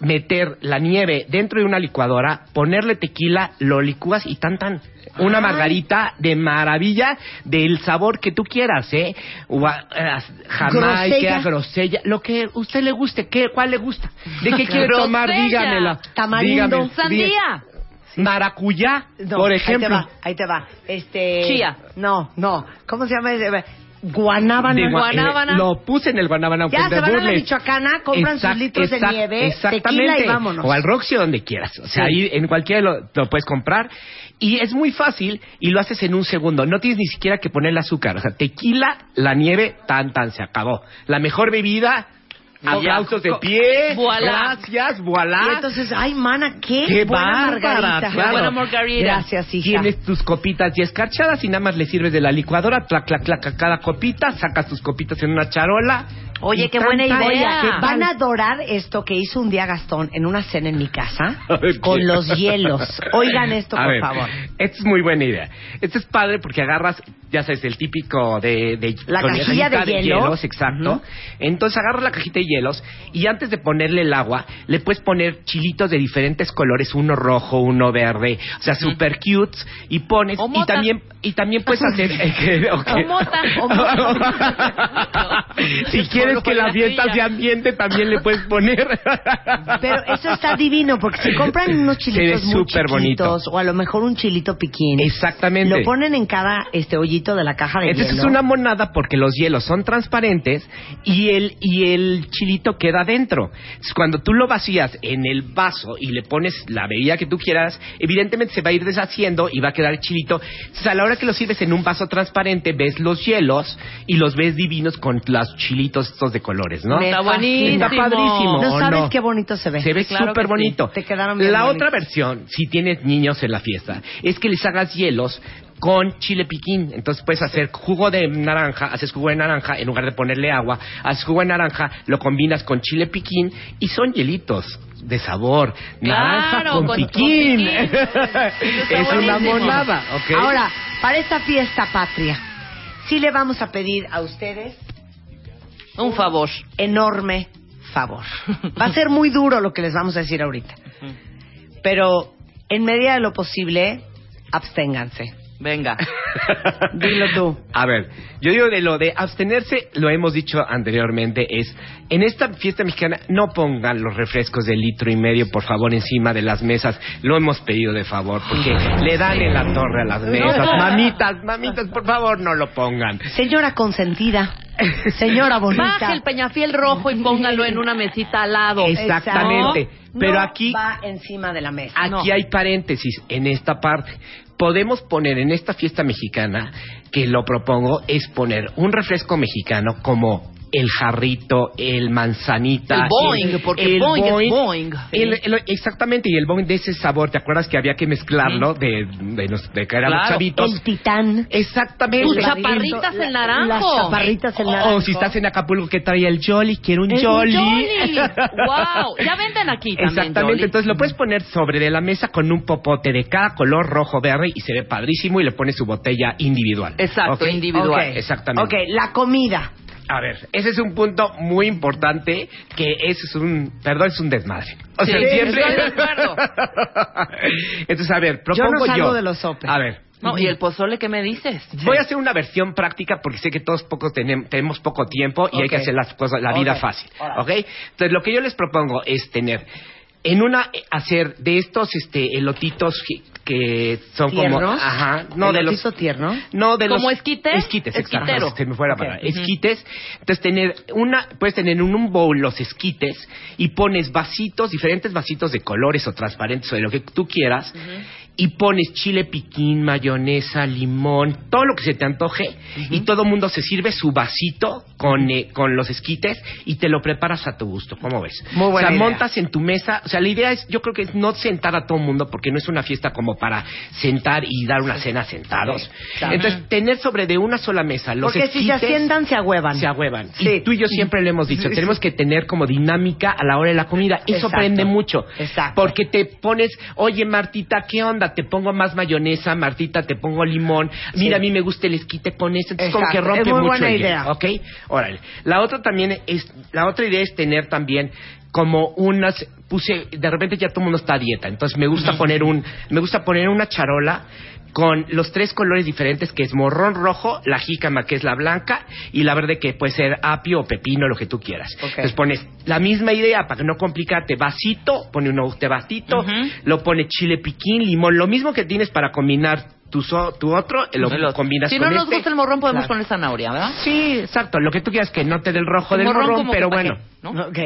[SPEAKER 5] meter la nieve dentro de una licuadora, ponerle tequila, lo licúas y tan tan. Una margarita de maravilla del sabor que tú quieras, ¿eh? Ua- eh, Jamaica,
[SPEAKER 3] Grosella.
[SPEAKER 5] grosella. lo que usted le guste, ¿qué, ¿cuál le gusta? ¿De
[SPEAKER 3] *laughs*
[SPEAKER 5] qué quiere tomar?
[SPEAKER 6] Grosella.
[SPEAKER 5] Dígamela.
[SPEAKER 3] Tamarindo.
[SPEAKER 5] Dígame,
[SPEAKER 6] Sandía.
[SPEAKER 5] di- Maracuyá,
[SPEAKER 3] No,
[SPEAKER 5] por ejemplo.
[SPEAKER 3] Ahí te va. Ahí te va. Este.
[SPEAKER 6] Chía.
[SPEAKER 3] No, no. ¿Cómo se llama? ese? Guanábana.
[SPEAKER 5] De gua-
[SPEAKER 6] guanábana.
[SPEAKER 5] eh, Lo puse en el guanábana. aunque
[SPEAKER 3] Ya
[SPEAKER 5] te
[SPEAKER 3] se van a la
[SPEAKER 5] burles.
[SPEAKER 3] Michoacana, compran
[SPEAKER 5] pues, Exact-
[SPEAKER 3] sus litros
[SPEAKER 5] exact-
[SPEAKER 3] de nieve,
[SPEAKER 5] exactamente.
[SPEAKER 3] tequila y vámonos.
[SPEAKER 5] O al Roxy o donde quieras. O sea,
[SPEAKER 3] Sí.
[SPEAKER 5] ahí en cualquiera lo, lo puedes comprar. Y es muy fácil y lo haces en un segundo. No tienes ni siquiera que ponerle azúcar. O sea, tequila, la nieve, tan, tan, se acabó. La mejor bebida, aplausos de pie.
[SPEAKER 6] Voilà.
[SPEAKER 5] Gracias, voilà.
[SPEAKER 3] Y entonces, ay, mana, qué,
[SPEAKER 5] ¡Qué
[SPEAKER 3] buena
[SPEAKER 5] bárbara!
[SPEAKER 3] margarita.
[SPEAKER 5] Claro.
[SPEAKER 6] Buena margarita.
[SPEAKER 3] Gracias, hija.
[SPEAKER 5] Tienes tus copitas ya escarchadas y nada más le sirves de la licuadora, clac, clac, clac, a cada copita, sacas tus copitas en una charola.
[SPEAKER 6] Oye,
[SPEAKER 5] y
[SPEAKER 6] qué
[SPEAKER 5] tan,
[SPEAKER 6] buena
[SPEAKER 5] tan,
[SPEAKER 6] idea.
[SPEAKER 5] qué
[SPEAKER 3] Van a adorar esto que hizo un día Gastón en una cena en mi
[SPEAKER 5] *laughs*
[SPEAKER 3] casa con los hielos. Oigan esto,
[SPEAKER 5] A
[SPEAKER 3] por
[SPEAKER 5] ver,
[SPEAKER 3] favor.
[SPEAKER 5] Esta es muy buena idea. Este es padre porque agarras, ya sabes, el típico de... de
[SPEAKER 3] La
[SPEAKER 5] con
[SPEAKER 3] cajilla de hielo.
[SPEAKER 5] hielos, exacto.
[SPEAKER 3] Ujú.
[SPEAKER 5] Entonces agarras la cajita de hielos y antes de ponerle el agua, le puedes poner chilitos de diferentes colores, uno rojo, uno verde, o sea, super cute. Y pones...
[SPEAKER 6] O
[SPEAKER 5] Y
[SPEAKER 6] mota.
[SPEAKER 5] también, y
[SPEAKER 3] *laughs*
[SPEAKER 5] también puedes hacer... *laughs* ok.
[SPEAKER 6] O mota, o mota.
[SPEAKER 5] *laughs* si quieres que la fiesta
[SPEAKER 6] Colonia.
[SPEAKER 5] sea ambiente, también le puedes poner...
[SPEAKER 3] *laughs* Pero eso está divino porque si compran unos
[SPEAKER 5] Se
[SPEAKER 3] chilitos
[SPEAKER 5] ve
[SPEAKER 3] muy
[SPEAKER 5] súper bonito.
[SPEAKER 3] chiquitos o a lo mejor un chilito piquín.
[SPEAKER 5] Exactamente.
[SPEAKER 3] Lo ponen en cada este hoyito de la caja de
[SPEAKER 5] Entonces
[SPEAKER 3] hielo.
[SPEAKER 5] es una monada porque los hielos son transparentes y el, y el chilito queda adentro. Entonces, Cuando tú lo vacías en el vaso y le pones la bebida que tú quieras, evidentemente se va a ir deshaciendo y va a quedar el chilito. Entonces a la hora que lo sirves en un vaso transparente, ves los hielos y los ves divinos con los chilitos estos de colores, ¿no?
[SPEAKER 3] Me
[SPEAKER 6] Está
[SPEAKER 3] fascina.
[SPEAKER 6] buenísimo.
[SPEAKER 5] Está padrísimo.
[SPEAKER 3] No
[SPEAKER 5] ¿o
[SPEAKER 3] sabes
[SPEAKER 5] no?
[SPEAKER 3] qué bonito se ve.
[SPEAKER 5] Se ve
[SPEAKER 6] Sí, claro
[SPEAKER 5] súper
[SPEAKER 6] que sí.
[SPEAKER 5] bonito.
[SPEAKER 3] Te quedaron bien
[SPEAKER 5] La
[SPEAKER 3] bonitos.
[SPEAKER 5] otra versión, si tienes niños en la fiesta, es que les hagas hielos con chile piquín. Entonces puedes hacer jugo de naranja, haces jugo de naranja, en lugar de ponerle agua, haces jugo de naranja, lo combinas con chile piquín y son hielitos de sabor. naranja
[SPEAKER 6] Claro,
[SPEAKER 5] con,
[SPEAKER 6] con- con
[SPEAKER 5] piquín. *laughs*
[SPEAKER 6] piquín. Está
[SPEAKER 5] es una
[SPEAKER 6] buenísimo.
[SPEAKER 5] monada, ¿ok?
[SPEAKER 3] Ahora, para esta fiesta patria, sí le vamos a pedir a ustedes
[SPEAKER 6] Un favor.
[SPEAKER 3] enorme
[SPEAKER 6] *laughs*
[SPEAKER 3] favor. Va a ser muy duro lo que les vamos a decir ahorita. Pero en medida de lo posible, absténganse.
[SPEAKER 6] Venga.
[SPEAKER 3] Dilo tú.
[SPEAKER 5] A ver, yo digo de lo de abstenerse, lo hemos dicho anteriormente, es en esta fiesta mexicana no pongan los refrescos de litro y medio, por favor, encima de las mesas. Lo hemos pedido de favor, porque le dan en la torre a las mesas. Mamitas, mamitas, por favor, no lo pongan.
[SPEAKER 3] Señora consentida, señora
[SPEAKER 6] Baje
[SPEAKER 3] bonita.
[SPEAKER 6] el peñafiel rojo y póngalo en una mesita al lado.
[SPEAKER 5] Exactamente.
[SPEAKER 3] No,
[SPEAKER 5] Pero
[SPEAKER 3] no
[SPEAKER 5] aquí
[SPEAKER 3] va encima de la mesa.
[SPEAKER 5] Aquí hay paréntesis en esta parte. Podemos poner en esta fiesta mexicana, que lo propongo, es poner un refresco mexicano como el jarrito, el manzanita.
[SPEAKER 6] El Boeing, porque Boeing es Boeing.
[SPEAKER 5] el- el- exactamente, y el Boeing de ese sabor, ¿te acuerdas que había que mezclarlo de, de, nos- de que éramos
[SPEAKER 6] Claro,
[SPEAKER 5] chavitos?
[SPEAKER 3] El titán.
[SPEAKER 5] Exactamente.
[SPEAKER 6] Tus
[SPEAKER 3] El
[SPEAKER 6] chaparritas
[SPEAKER 3] laberinto,
[SPEAKER 6] en
[SPEAKER 3] la-
[SPEAKER 6] naranjo.
[SPEAKER 3] Las chaparritas en naranjo.
[SPEAKER 5] O, o si estás en Acapulco que traía el Jolly, quiero un
[SPEAKER 6] Es un
[SPEAKER 5] Jolly.
[SPEAKER 6] Jolly. Guau. Ya venden aquí también
[SPEAKER 5] Exactamente,
[SPEAKER 6] Jolly.
[SPEAKER 5] entonces lo puedes poner sobre de la mesa con un popote de cada color rojo, verde y se ve padrísimo y le pones su botella individual.
[SPEAKER 6] Exacto,
[SPEAKER 5] ¿Ok?
[SPEAKER 6] individual.
[SPEAKER 5] Ok, Exactamente.
[SPEAKER 3] Ok, la comida.
[SPEAKER 5] a ver, ese es un punto muy importante que eso es un, perdón, es un desmadre. O sea,
[SPEAKER 3] Sí,
[SPEAKER 5] siempre. *laughs*
[SPEAKER 3] estoy de acuerdo.
[SPEAKER 5] Entonces, a ver, propongo yo.
[SPEAKER 3] salgo de los sopes.
[SPEAKER 5] A ver,
[SPEAKER 4] No, y el pozole, ¿qué me dices?
[SPEAKER 5] voy a hacer una versión práctica porque sé que todos poco tenem- tenemos poco tiempo y hay que
[SPEAKER 3] Ok.
[SPEAKER 5] hacer las cosas, la vida
[SPEAKER 3] Ok,
[SPEAKER 5] fácil,
[SPEAKER 3] órale.
[SPEAKER 5] ¿ok? Entonces, lo que yo les propongo es tener en una eh, hacer de estos este elotitos que- que son como
[SPEAKER 3] ¿Tiernos?
[SPEAKER 5] ajá, no de los
[SPEAKER 3] ¿Elotito tierno?
[SPEAKER 5] no, de
[SPEAKER 4] ¿Como
[SPEAKER 5] los...
[SPEAKER 4] esquites?
[SPEAKER 5] Esquites, exacto.
[SPEAKER 4] Esquitero.
[SPEAKER 5] Se me fue la
[SPEAKER 3] Ok.
[SPEAKER 5] palabra. Esquites. Entonces, tener una, puedes tener en un bowl los esquites y pones vasitos, diferentes vasitos de colores o transparentes o de lo que tú quieras. Y pones chile piquín, mayonesa, limón, todo lo que se te antoje. Y todo mundo se sirve su vasito con, eh, con los esquites y te lo preparas a tu gusto. ¿Cómo ves?
[SPEAKER 3] Muy buena
[SPEAKER 5] O sea,
[SPEAKER 3] idea.
[SPEAKER 5] montas en tu mesa. O sea, la idea es, yo creo que es no sentar a todo el mundo porque no es una fiesta como para sentar y dar una cena sentados.
[SPEAKER 3] Claro.
[SPEAKER 5] Entonces, tener sobre de una sola mesa los
[SPEAKER 3] Porque si se
[SPEAKER 5] esquites,
[SPEAKER 3] asientan, se agüevan.
[SPEAKER 5] se agüevan.
[SPEAKER 3] Sí.
[SPEAKER 5] Y tú y yo siempre le hemos dicho, tenemos que tener como dinámica a la hora de la comida. Eso
[SPEAKER 3] Exacto.
[SPEAKER 5] prende mucho.
[SPEAKER 3] Exacto.
[SPEAKER 5] Porque te pones, oye Martita, ¿qué onda? Te pongo más mayonesa, Martita, te pongo limón. Mira, a mí me gusta el esquite con eso. Entonces, como que
[SPEAKER 3] Exacto.
[SPEAKER 5] rompe
[SPEAKER 3] Es muy
[SPEAKER 5] mucho
[SPEAKER 3] buena
[SPEAKER 5] el hielo,
[SPEAKER 3] idea.
[SPEAKER 5] ¿Ok? Órale. La otra también es, la otra idea es tener también como unas puse de repente ya todo el mundo está a dieta entonces me gusta poner un me gusta poner una charola con los tres colores diferentes que es morrón rojo la jícama que es la blanca y la verde que puede ser apio o pepino lo que tú quieras
[SPEAKER 3] Ok.
[SPEAKER 5] entonces pones la misma idea para que no complicarte vasito pone un de vasito lo pone chile piquín limón lo mismo que tienes para combinar tu so- tu otro lo
[SPEAKER 4] El otro.
[SPEAKER 5] combinas
[SPEAKER 4] Si no
[SPEAKER 5] con
[SPEAKER 4] nos
[SPEAKER 5] este.
[SPEAKER 4] gusta el morrón, podemos
[SPEAKER 5] Claro.
[SPEAKER 4] poner zanahoria, ¿verdad?
[SPEAKER 5] Sí, exacto. Lo que tú quieras que no te dé el rojo del morrón,
[SPEAKER 4] como
[SPEAKER 5] pero
[SPEAKER 4] que pa' qué,
[SPEAKER 5] bueno.
[SPEAKER 4] ¿no?
[SPEAKER 3] Ok.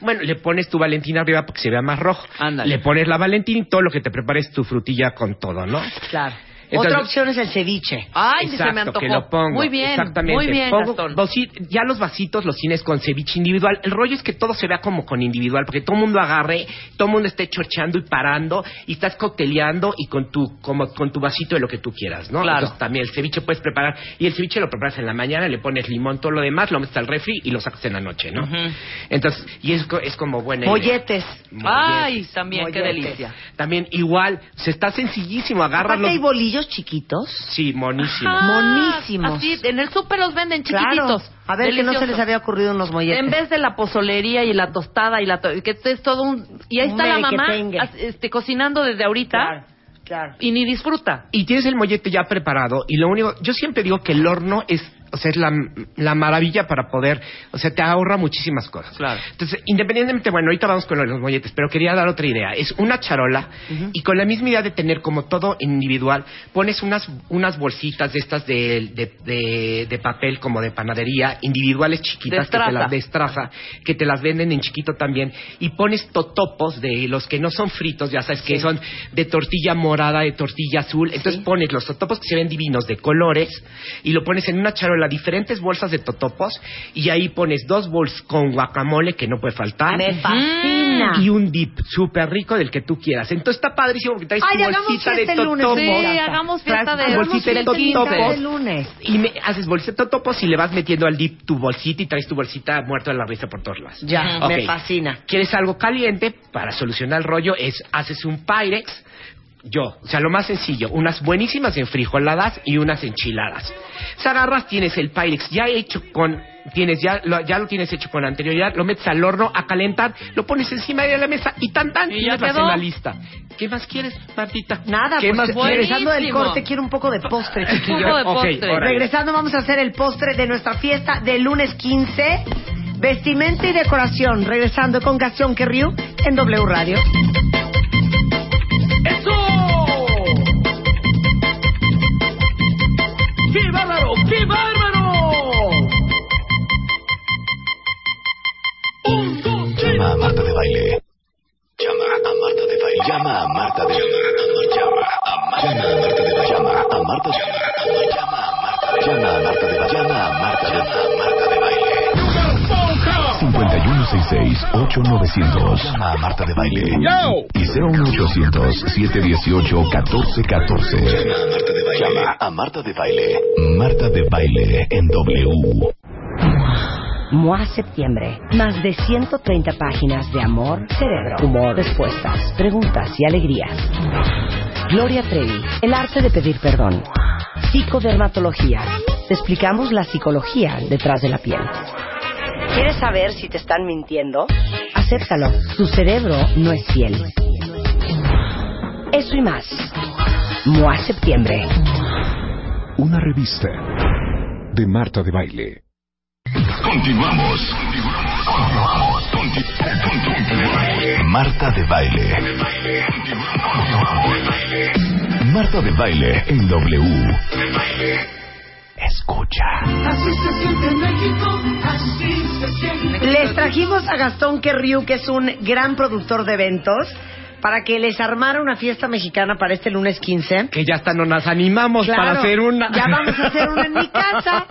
[SPEAKER 5] Bueno, le pones tu Valentina arriba porque se vea más rojo.
[SPEAKER 4] Ándale.
[SPEAKER 5] Le pones la Valentina y todo lo que te prepares tu frutilla con todo, ¿no?
[SPEAKER 3] Claro.
[SPEAKER 5] Entonces- Ah,
[SPEAKER 3] Otra opción es el ceviche.
[SPEAKER 4] Ay, se me
[SPEAKER 5] Exacto,
[SPEAKER 4] antojó.
[SPEAKER 5] que lo pongo.
[SPEAKER 4] Muy bien,
[SPEAKER 5] Exactamente.
[SPEAKER 4] muy bien,
[SPEAKER 5] Pongo
[SPEAKER 4] Gastón.
[SPEAKER 5] vasi- ya los vasitos los tienes con ceviche individual. El rollo es que todo se vea como con individual, porque todo el mundo agarre, todo el mundo esté chorchando y parando, y estás cocteleando y con tu, como, con tu vasito de lo que tú quieras, ¿no?
[SPEAKER 4] Claro.
[SPEAKER 5] Entonces, también el ceviche puedes preparar, y el ceviche lo preparas en la mañana, le pones limón, todo lo demás, lo metes al refri y lo sacas en la noche, ¿no?
[SPEAKER 4] Ujú.
[SPEAKER 5] Entonces, y es, co- es como buena idea.
[SPEAKER 3] Molletes.
[SPEAKER 4] Ay, también, qué
[SPEAKER 3] Molletes.
[SPEAKER 4] delicia.
[SPEAKER 5] También igual, se está sencillísimo, agarras
[SPEAKER 3] Aparte hay
[SPEAKER 5] los...
[SPEAKER 3] bolillos chiquitos.
[SPEAKER 5] Sí, monísimo.
[SPEAKER 4] Ah,
[SPEAKER 3] Monísimos.
[SPEAKER 4] Así, en el súper los venden chiquititos.
[SPEAKER 3] Claro. A ver, que no se les
[SPEAKER 4] Delicioso.
[SPEAKER 3] había ocurrido unos molletes.
[SPEAKER 4] En vez de la pozolería y la tostada y la to- que es todo un y ahí
[SPEAKER 3] Un
[SPEAKER 4] está la mamá
[SPEAKER 3] merequetengue.
[SPEAKER 4] as- este cocinando desde ahorita
[SPEAKER 3] Claro, claro.
[SPEAKER 4] y ni disfruta.
[SPEAKER 5] y tienes el mollete ya preparado y lo único, yo siempre digo que el horno es, o sea, es la, la maravilla para poder, o sea, te ahorra muchísimas cosas.
[SPEAKER 4] Claro.
[SPEAKER 5] Entonces, independientemente, bueno, ahorita vamos con lo de los molletes, pero quería dar otra idea. Es una charola y con la misma idea de tener como todo individual, pones unas, unas bolsitas de estas de, de, de- de papel como de panadería, individuales chiquitas, que te
[SPEAKER 4] Destraza.
[SPEAKER 5] las destraza, que te las venden en chiquito también, y pones totopos de los que no son fritos, ya sabes que son de tortilla morada, de tortilla azul, entonces pones los totopos que se ven divinos de colores y lo pones en una charola, diferentes bolsas de totopos, y ahí pones dos bols con guacamole que no puede faltar.
[SPEAKER 3] Me fascina.
[SPEAKER 5] Y un dip súper rico del que tú quieras. Entonces está padrísimo porque traes
[SPEAKER 3] Ay,
[SPEAKER 5] tu
[SPEAKER 3] hagamos
[SPEAKER 5] bolsita de
[SPEAKER 3] fiesta el lunes,
[SPEAKER 5] totopos.
[SPEAKER 4] Sí,
[SPEAKER 3] Hagamos
[SPEAKER 4] hagamos fiesta
[SPEAKER 5] Tras-
[SPEAKER 4] de
[SPEAKER 5] hagamos
[SPEAKER 4] bolsita de
[SPEAKER 5] fiesta el
[SPEAKER 4] totopos.
[SPEAKER 5] lunes.
[SPEAKER 3] El lunes.
[SPEAKER 5] Y me haces bolsita totopos y le vas metiendo al dip tu bolsita y traes tu bolsita muerto de la risa por todas lados.
[SPEAKER 3] Ya,
[SPEAKER 5] Ok.
[SPEAKER 3] me fascina.
[SPEAKER 5] ¿Quieres algo caliente? Para solucionar el rollo es haces un Pyrex. Yo, o sea, lo más sencillo, unas buenísimas enfrijoladas y unas enchiladas. Se agarras, tienes el Pyrex ya hecho con, tienes ya lo, ya lo tienes hecho con anterioridad, lo metes al horno a calentar, lo pones encima de la mesa y tan tan,
[SPEAKER 4] Y
[SPEAKER 5] y
[SPEAKER 4] ya
[SPEAKER 5] ya estás
[SPEAKER 4] quedó.
[SPEAKER 5] en la lista. ¿Qué más quieres, Martita?
[SPEAKER 3] Nada,
[SPEAKER 5] ¿Qué
[SPEAKER 3] pues,
[SPEAKER 5] más
[SPEAKER 4] bueno.
[SPEAKER 5] quieres?
[SPEAKER 3] regresando del
[SPEAKER 4] Buenísimo.
[SPEAKER 3] corte, quiero un poco de *laughs* postre, chiquillo.
[SPEAKER 4] Un poco de
[SPEAKER 5] Ok,
[SPEAKER 4] postre.
[SPEAKER 5] órale.
[SPEAKER 3] Regresando vamos a hacer el postre de nuestra fiesta del lunes 15. Vestimenta y decoración. Regresando con Gastón Querriu en W Radio.
[SPEAKER 1] Llama a Marta de Baile. Llama a Marta de Baile. Llama a Marta de Baile. Llama a Marta de Baile. Llama a Marta de Baile. Llama a Marta de Baile. Llama a Marta de Baile. Llama a Marta de Baile. Llama a Marta de Baile. 5166-8900. Llama a Marta de Baile. Y 01800-718-1414. Llama a Marta de Baile. Llama a Marta de Baile. Marta de Baile en W.
[SPEAKER 2] MOA Septiembre. Más de 130 páginas de amor, cerebro, humor, respuestas, preguntas y alegrías. Gloria Trevi. El arte de pedir perdón. Psicodermatología. Te explicamos la psicología detrás de la piel. ¿Quieres saber si te están mintiendo? Acéptalo. Tu cerebro no es fiel. Eso y más. MOA Septiembre.
[SPEAKER 1] Una revista de Marta de Baile. Continuamos. Continuamos. Conti- Conti- de Baile. Marta de Baile. Marta de Baile en W. Escucha.
[SPEAKER 3] Les trajimos a Gastón Querriu, que es un gran productor de eventos, para que les armara una fiesta mexicana para este lunes 15.
[SPEAKER 5] Que ya hasta no nos animamos
[SPEAKER 3] Claro,
[SPEAKER 5] para hacer una.
[SPEAKER 3] Ya vamos a hacer una en mi casa.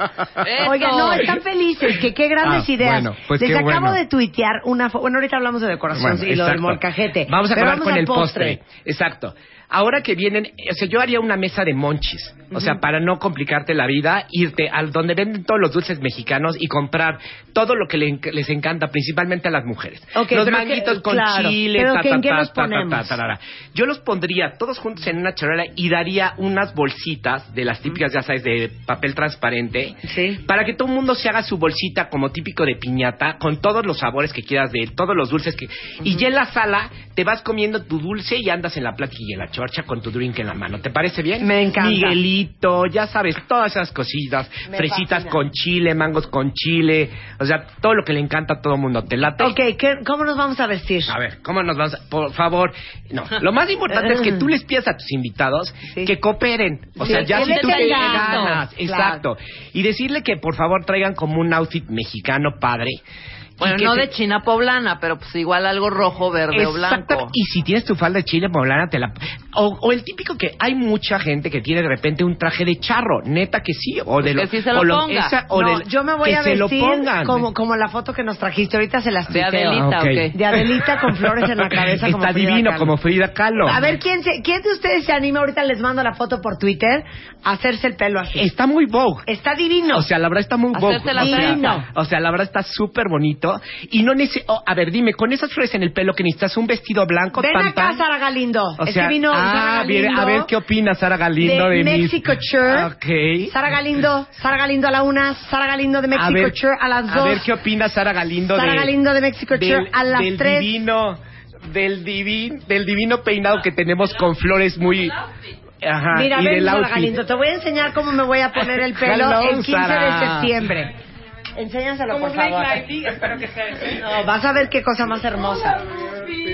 [SPEAKER 3] Oigan, no, están felices, que qué grandes
[SPEAKER 5] Ah,
[SPEAKER 3] ideas.
[SPEAKER 5] bueno, pues
[SPEAKER 3] Les
[SPEAKER 5] qué
[SPEAKER 3] acabo
[SPEAKER 5] bueno.
[SPEAKER 3] de tuitear una foto. Bueno, ahorita hablamos de decoración
[SPEAKER 5] Bueno,
[SPEAKER 3] y lo del
[SPEAKER 5] exacto.
[SPEAKER 3] molcajete.
[SPEAKER 5] Vamos a
[SPEAKER 3] Pero
[SPEAKER 5] acabar con
[SPEAKER 3] al
[SPEAKER 5] el postre. Exacto. Ahora que vienen, o sea, yo haría una mesa de monchis. O sea, para no complicarte la vida, irte al donde venden todos los dulces mexicanos y comprar todo lo que le enc- les encanta, principalmente a las mujeres.
[SPEAKER 3] Ok,
[SPEAKER 5] los
[SPEAKER 3] pero
[SPEAKER 5] manguitos
[SPEAKER 3] que-
[SPEAKER 5] con
[SPEAKER 3] claro,
[SPEAKER 5] chile,
[SPEAKER 3] pero
[SPEAKER 5] ta,
[SPEAKER 3] que
[SPEAKER 5] ta,
[SPEAKER 3] ¿en qué
[SPEAKER 5] ta,
[SPEAKER 3] los
[SPEAKER 5] ta, ta, ta,
[SPEAKER 3] ponemos?
[SPEAKER 5] tarara. Yo los pondría todos juntos en una charola y daría unas bolsitas de las típicas, ya sabes, de papel transparente.
[SPEAKER 3] Sí.
[SPEAKER 5] Para que todo el mundo se haga su bolsita como típico de piñata, con todos los sabores que quieras de todos los dulces que... Y ya en la sala te vas comiendo tu dulce y andas en la plática y en la chorcha con tu drink en la mano. ¿Te parece bien?
[SPEAKER 3] Me encanta.
[SPEAKER 5] Miguelito, ya sabes, todas esas cositas.
[SPEAKER 3] Me
[SPEAKER 5] fresitas
[SPEAKER 3] fascina.
[SPEAKER 5] con chile, mangos con chile. O sea, todo lo que le encanta a todo el mundo. ¿Te late?
[SPEAKER 3] Ok, ¿qué- ¿cómo nos vamos a vestir?
[SPEAKER 5] A ver, ¿cómo nos vamos? a- Por favor, no. Lo más importante
[SPEAKER 3] *laughs*
[SPEAKER 5] es que tú les pidas a tus invitados
[SPEAKER 3] Sí.
[SPEAKER 5] que cooperen. O
[SPEAKER 3] Sí,
[SPEAKER 5] sea, ya
[SPEAKER 3] que
[SPEAKER 5] si tú
[SPEAKER 3] le
[SPEAKER 5] te
[SPEAKER 3] tengan ganas,
[SPEAKER 5] ganas,
[SPEAKER 3] claro.
[SPEAKER 5] exacto. Y decirle que por favor traigan como un outfit mexicano padre. Y
[SPEAKER 6] Bueno,
[SPEAKER 5] que
[SPEAKER 6] no
[SPEAKER 5] se-
[SPEAKER 6] de China poblana, pero pues igual algo rojo, verde o
[SPEAKER 5] Exacto.
[SPEAKER 6] blanco.
[SPEAKER 5] Y si tienes tu falda de chile poblana, te la. O, o el típico que hay mucha gente que tiene de repente un traje de charro, neta que sí. O
[SPEAKER 6] Que
[SPEAKER 3] Pues
[SPEAKER 5] de lo-
[SPEAKER 6] sí se lo
[SPEAKER 5] o
[SPEAKER 6] ponga.
[SPEAKER 5] o
[SPEAKER 3] No,
[SPEAKER 5] del-
[SPEAKER 3] yo me voy
[SPEAKER 5] que
[SPEAKER 3] a
[SPEAKER 5] se lo
[SPEAKER 3] vestir
[SPEAKER 5] pongan.
[SPEAKER 3] como, como la foto que nos trajiste. Ahorita se las
[SPEAKER 6] De
[SPEAKER 3] tuiteo.
[SPEAKER 6] Adelita,
[SPEAKER 5] Ah, ok.
[SPEAKER 6] ¿o qué?
[SPEAKER 3] De Adelita con flores
[SPEAKER 5] *coughs*
[SPEAKER 3] en la cabeza.
[SPEAKER 5] *laughs* Está
[SPEAKER 3] como Frida
[SPEAKER 5] divino
[SPEAKER 3] Kahlo.
[SPEAKER 5] como Frida Kahlo.
[SPEAKER 3] A ver, ¿quién, se- ¿quién de ustedes se anima? Ahorita les mando la foto por Twitter. A hacerse el pelo así.
[SPEAKER 5] Está muy Vogue.
[SPEAKER 3] Está divino.
[SPEAKER 5] O sea, la verdad está muy
[SPEAKER 6] Hacerte
[SPEAKER 5] bobo.
[SPEAKER 6] la
[SPEAKER 5] O sea,
[SPEAKER 6] trenza.
[SPEAKER 5] O sea, la verdad está súper bonito. Y no necesito... a ver, dime, con esas flores en el pelo que necesitas un vestido blanco,
[SPEAKER 3] Ven
[SPEAKER 5] tan,
[SPEAKER 3] acá,
[SPEAKER 5] tan?
[SPEAKER 3] Sara Galindo.
[SPEAKER 5] O
[SPEAKER 3] Es
[SPEAKER 5] sea,
[SPEAKER 3] que vino Sara
[SPEAKER 5] ah, bien,
[SPEAKER 3] Galindo
[SPEAKER 5] a ver qué opina Sara Galindo
[SPEAKER 3] de
[SPEAKER 5] de, mis-
[SPEAKER 3] Mexico Chur.
[SPEAKER 5] Ok.
[SPEAKER 3] Sara Galindo, Sara Galindo a la una, Sara Galindo de
[SPEAKER 5] a
[SPEAKER 3] Mexico
[SPEAKER 5] ver,
[SPEAKER 3] Chur a las dos.
[SPEAKER 5] A ver qué opina Sara Galindo
[SPEAKER 3] Sara
[SPEAKER 5] de...
[SPEAKER 3] Galindo de Mexico Chur
[SPEAKER 5] del-
[SPEAKER 3] a las
[SPEAKER 5] del
[SPEAKER 3] tres.
[SPEAKER 5] Divino, del, divin, del divino peinado que tenemos con flores muy... Ajá,
[SPEAKER 3] Mira,
[SPEAKER 5] y
[SPEAKER 3] ven,
[SPEAKER 5] del
[SPEAKER 3] Sara
[SPEAKER 5] outfit.
[SPEAKER 3] Galindo, te voy a enseñar cómo me voy a poner
[SPEAKER 9] *laughs*
[SPEAKER 3] el pelo
[SPEAKER 5] Hello,
[SPEAKER 3] el 15 de
[SPEAKER 5] Sara.
[SPEAKER 3] septiembre. Enséñaselo, por favor. No, vas a ver qué cosa más hermosa.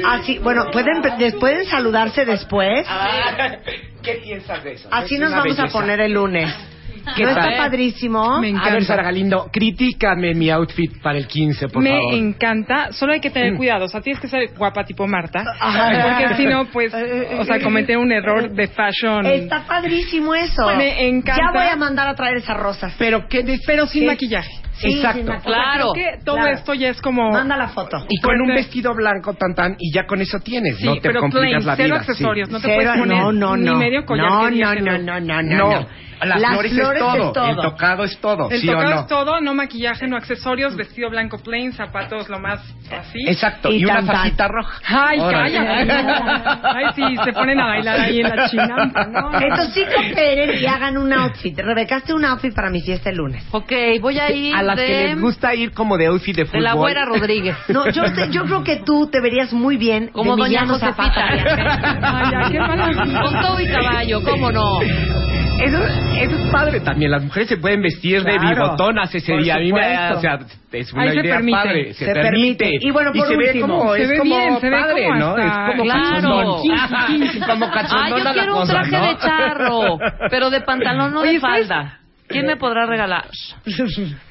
[SPEAKER 3] Así, bueno, pueden, les pueden saludarse después.
[SPEAKER 5] Ah, *laughs* ¿Qué piensas de eso?
[SPEAKER 3] Así
[SPEAKER 5] Es
[SPEAKER 3] nos
[SPEAKER 5] una
[SPEAKER 3] vamos a
[SPEAKER 5] belleza.
[SPEAKER 3] poner el lunes.
[SPEAKER 5] ¿Qué
[SPEAKER 3] ¿No está
[SPEAKER 5] tal?
[SPEAKER 3] padrísimo?
[SPEAKER 9] Me
[SPEAKER 5] A ver, Sara
[SPEAKER 9] encanta.
[SPEAKER 5] Galindo, critícame mi outfit para el 15, por
[SPEAKER 9] Me
[SPEAKER 5] favor.
[SPEAKER 9] encanta, solo hay que tener
[SPEAKER 5] Mm.
[SPEAKER 9] cuidado, o sea, tienes que ser guapa tipo Marta,
[SPEAKER 3] Ah, Ajá.
[SPEAKER 9] porque si no,
[SPEAKER 3] *laughs*
[SPEAKER 9] pues,
[SPEAKER 3] eh,
[SPEAKER 9] o sea, cometer un error de fashion.
[SPEAKER 3] Está padrísimo eso.
[SPEAKER 9] Me encanta.
[SPEAKER 3] Ya voy a mandar a traer esas rosas.
[SPEAKER 9] Pero qué de- pero sin
[SPEAKER 3] ¿Qué?
[SPEAKER 9] maquillaje.
[SPEAKER 3] Sí,
[SPEAKER 5] Exacto.
[SPEAKER 3] sin maquillaje.
[SPEAKER 6] Claro.
[SPEAKER 9] O sea, creo que todo
[SPEAKER 3] Claro.
[SPEAKER 9] esto ya es como
[SPEAKER 3] Manda la foto.
[SPEAKER 5] Y con un
[SPEAKER 9] Fuerte.
[SPEAKER 5] vestido blanco tan tan y ya con eso tienes,
[SPEAKER 9] Sí,
[SPEAKER 5] no te
[SPEAKER 9] pero
[SPEAKER 5] complicas
[SPEAKER 9] plain,
[SPEAKER 5] la vida.
[SPEAKER 9] cero
[SPEAKER 5] sí.
[SPEAKER 9] accesorios, no te
[SPEAKER 3] Cero-
[SPEAKER 9] puedes poner
[SPEAKER 3] no, no,
[SPEAKER 9] ni
[SPEAKER 3] no.
[SPEAKER 9] medio collar
[SPEAKER 3] No,
[SPEAKER 9] que
[SPEAKER 3] no,
[SPEAKER 9] diga que
[SPEAKER 3] no, no, no, no,
[SPEAKER 5] No,
[SPEAKER 3] no.
[SPEAKER 5] las, flores, es todo, el tocado es todo,
[SPEAKER 9] El
[SPEAKER 5] ¿sí o
[SPEAKER 9] tocado
[SPEAKER 5] no?
[SPEAKER 9] es todo, no maquillaje, no accesorios, vestido blanco plain, zapatos lo más así.
[SPEAKER 5] Exacto, y,
[SPEAKER 3] Y
[SPEAKER 5] una
[SPEAKER 3] tan, tan.
[SPEAKER 5] fajita roja.
[SPEAKER 9] Ay,
[SPEAKER 5] Órale.
[SPEAKER 9] cállate. Ay, sí, se ponen a bailar ahí en la chinampa, no.
[SPEAKER 3] *laughs* Entonces sí cooperen y hagan un outfit. Rebeca, hazte un outfit para mi fiesta el lunes.
[SPEAKER 6] Ok, voy a ir
[SPEAKER 5] A las
[SPEAKER 6] de,
[SPEAKER 5] que les gusta ir como de outfit de fútbol.
[SPEAKER 6] de la abuela Rodríguez.
[SPEAKER 5] *laughs*
[SPEAKER 3] No, yo, te- yo creo que tú te verías muy bien
[SPEAKER 6] Como
[SPEAKER 3] de
[SPEAKER 6] doña
[SPEAKER 3] Emiliano Zapata.
[SPEAKER 6] Josefita.
[SPEAKER 9] Ay, ya, qué mala-
[SPEAKER 6] Con todo y caballo, ¿cómo no?
[SPEAKER 5] Eso, eso es padre también. Las mujeres se pueden vestir de
[SPEAKER 3] Claro,
[SPEAKER 5] bigotonas ese
[SPEAKER 3] por
[SPEAKER 5] día. A mí me,
[SPEAKER 3] supuesto.
[SPEAKER 5] o sea, es una
[SPEAKER 9] Ahí se
[SPEAKER 5] idea
[SPEAKER 9] permite.
[SPEAKER 5] padre. Se,
[SPEAKER 3] Se
[SPEAKER 5] permite.
[SPEAKER 3] permite. Y bueno, por
[SPEAKER 5] se
[SPEAKER 3] último,
[SPEAKER 5] ve como,
[SPEAKER 9] se
[SPEAKER 5] es
[SPEAKER 9] ve
[SPEAKER 5] como
[SPEAKER 9] bien, se ve
[SPEAKER 5] padre,
[SPEAKER 9] como
[SPEAKER 5] ¿no?
[SPEAKER 9] hasta- Ah,
[SPEAKER 5] Es como
[SPEAKER 6] Claro.
[SPEAKER 5] cachondón.
[SPEAKER 4] ah,
[SPEAKER 5] como
[SPEAKER 6] Ay,
[SPEAKER 5] cachondón
[SPEAKER 6] yo
[SPEAKER 5] la
[SPEAKER 6] quiero un
[SPEAKER 5] cosa,
[SPEAKER 6] traje
[SPEAKER 5] ¿no?
[SPEAKER 6] de
[SPEAKER 5] *laughs*
[SPEAKER 6] charro, pero de pantalón, no de
[SPEAKER 9] Oye, ¿sabes?
[SPEAKER 6] falda. ¿Quién me podrá regalar?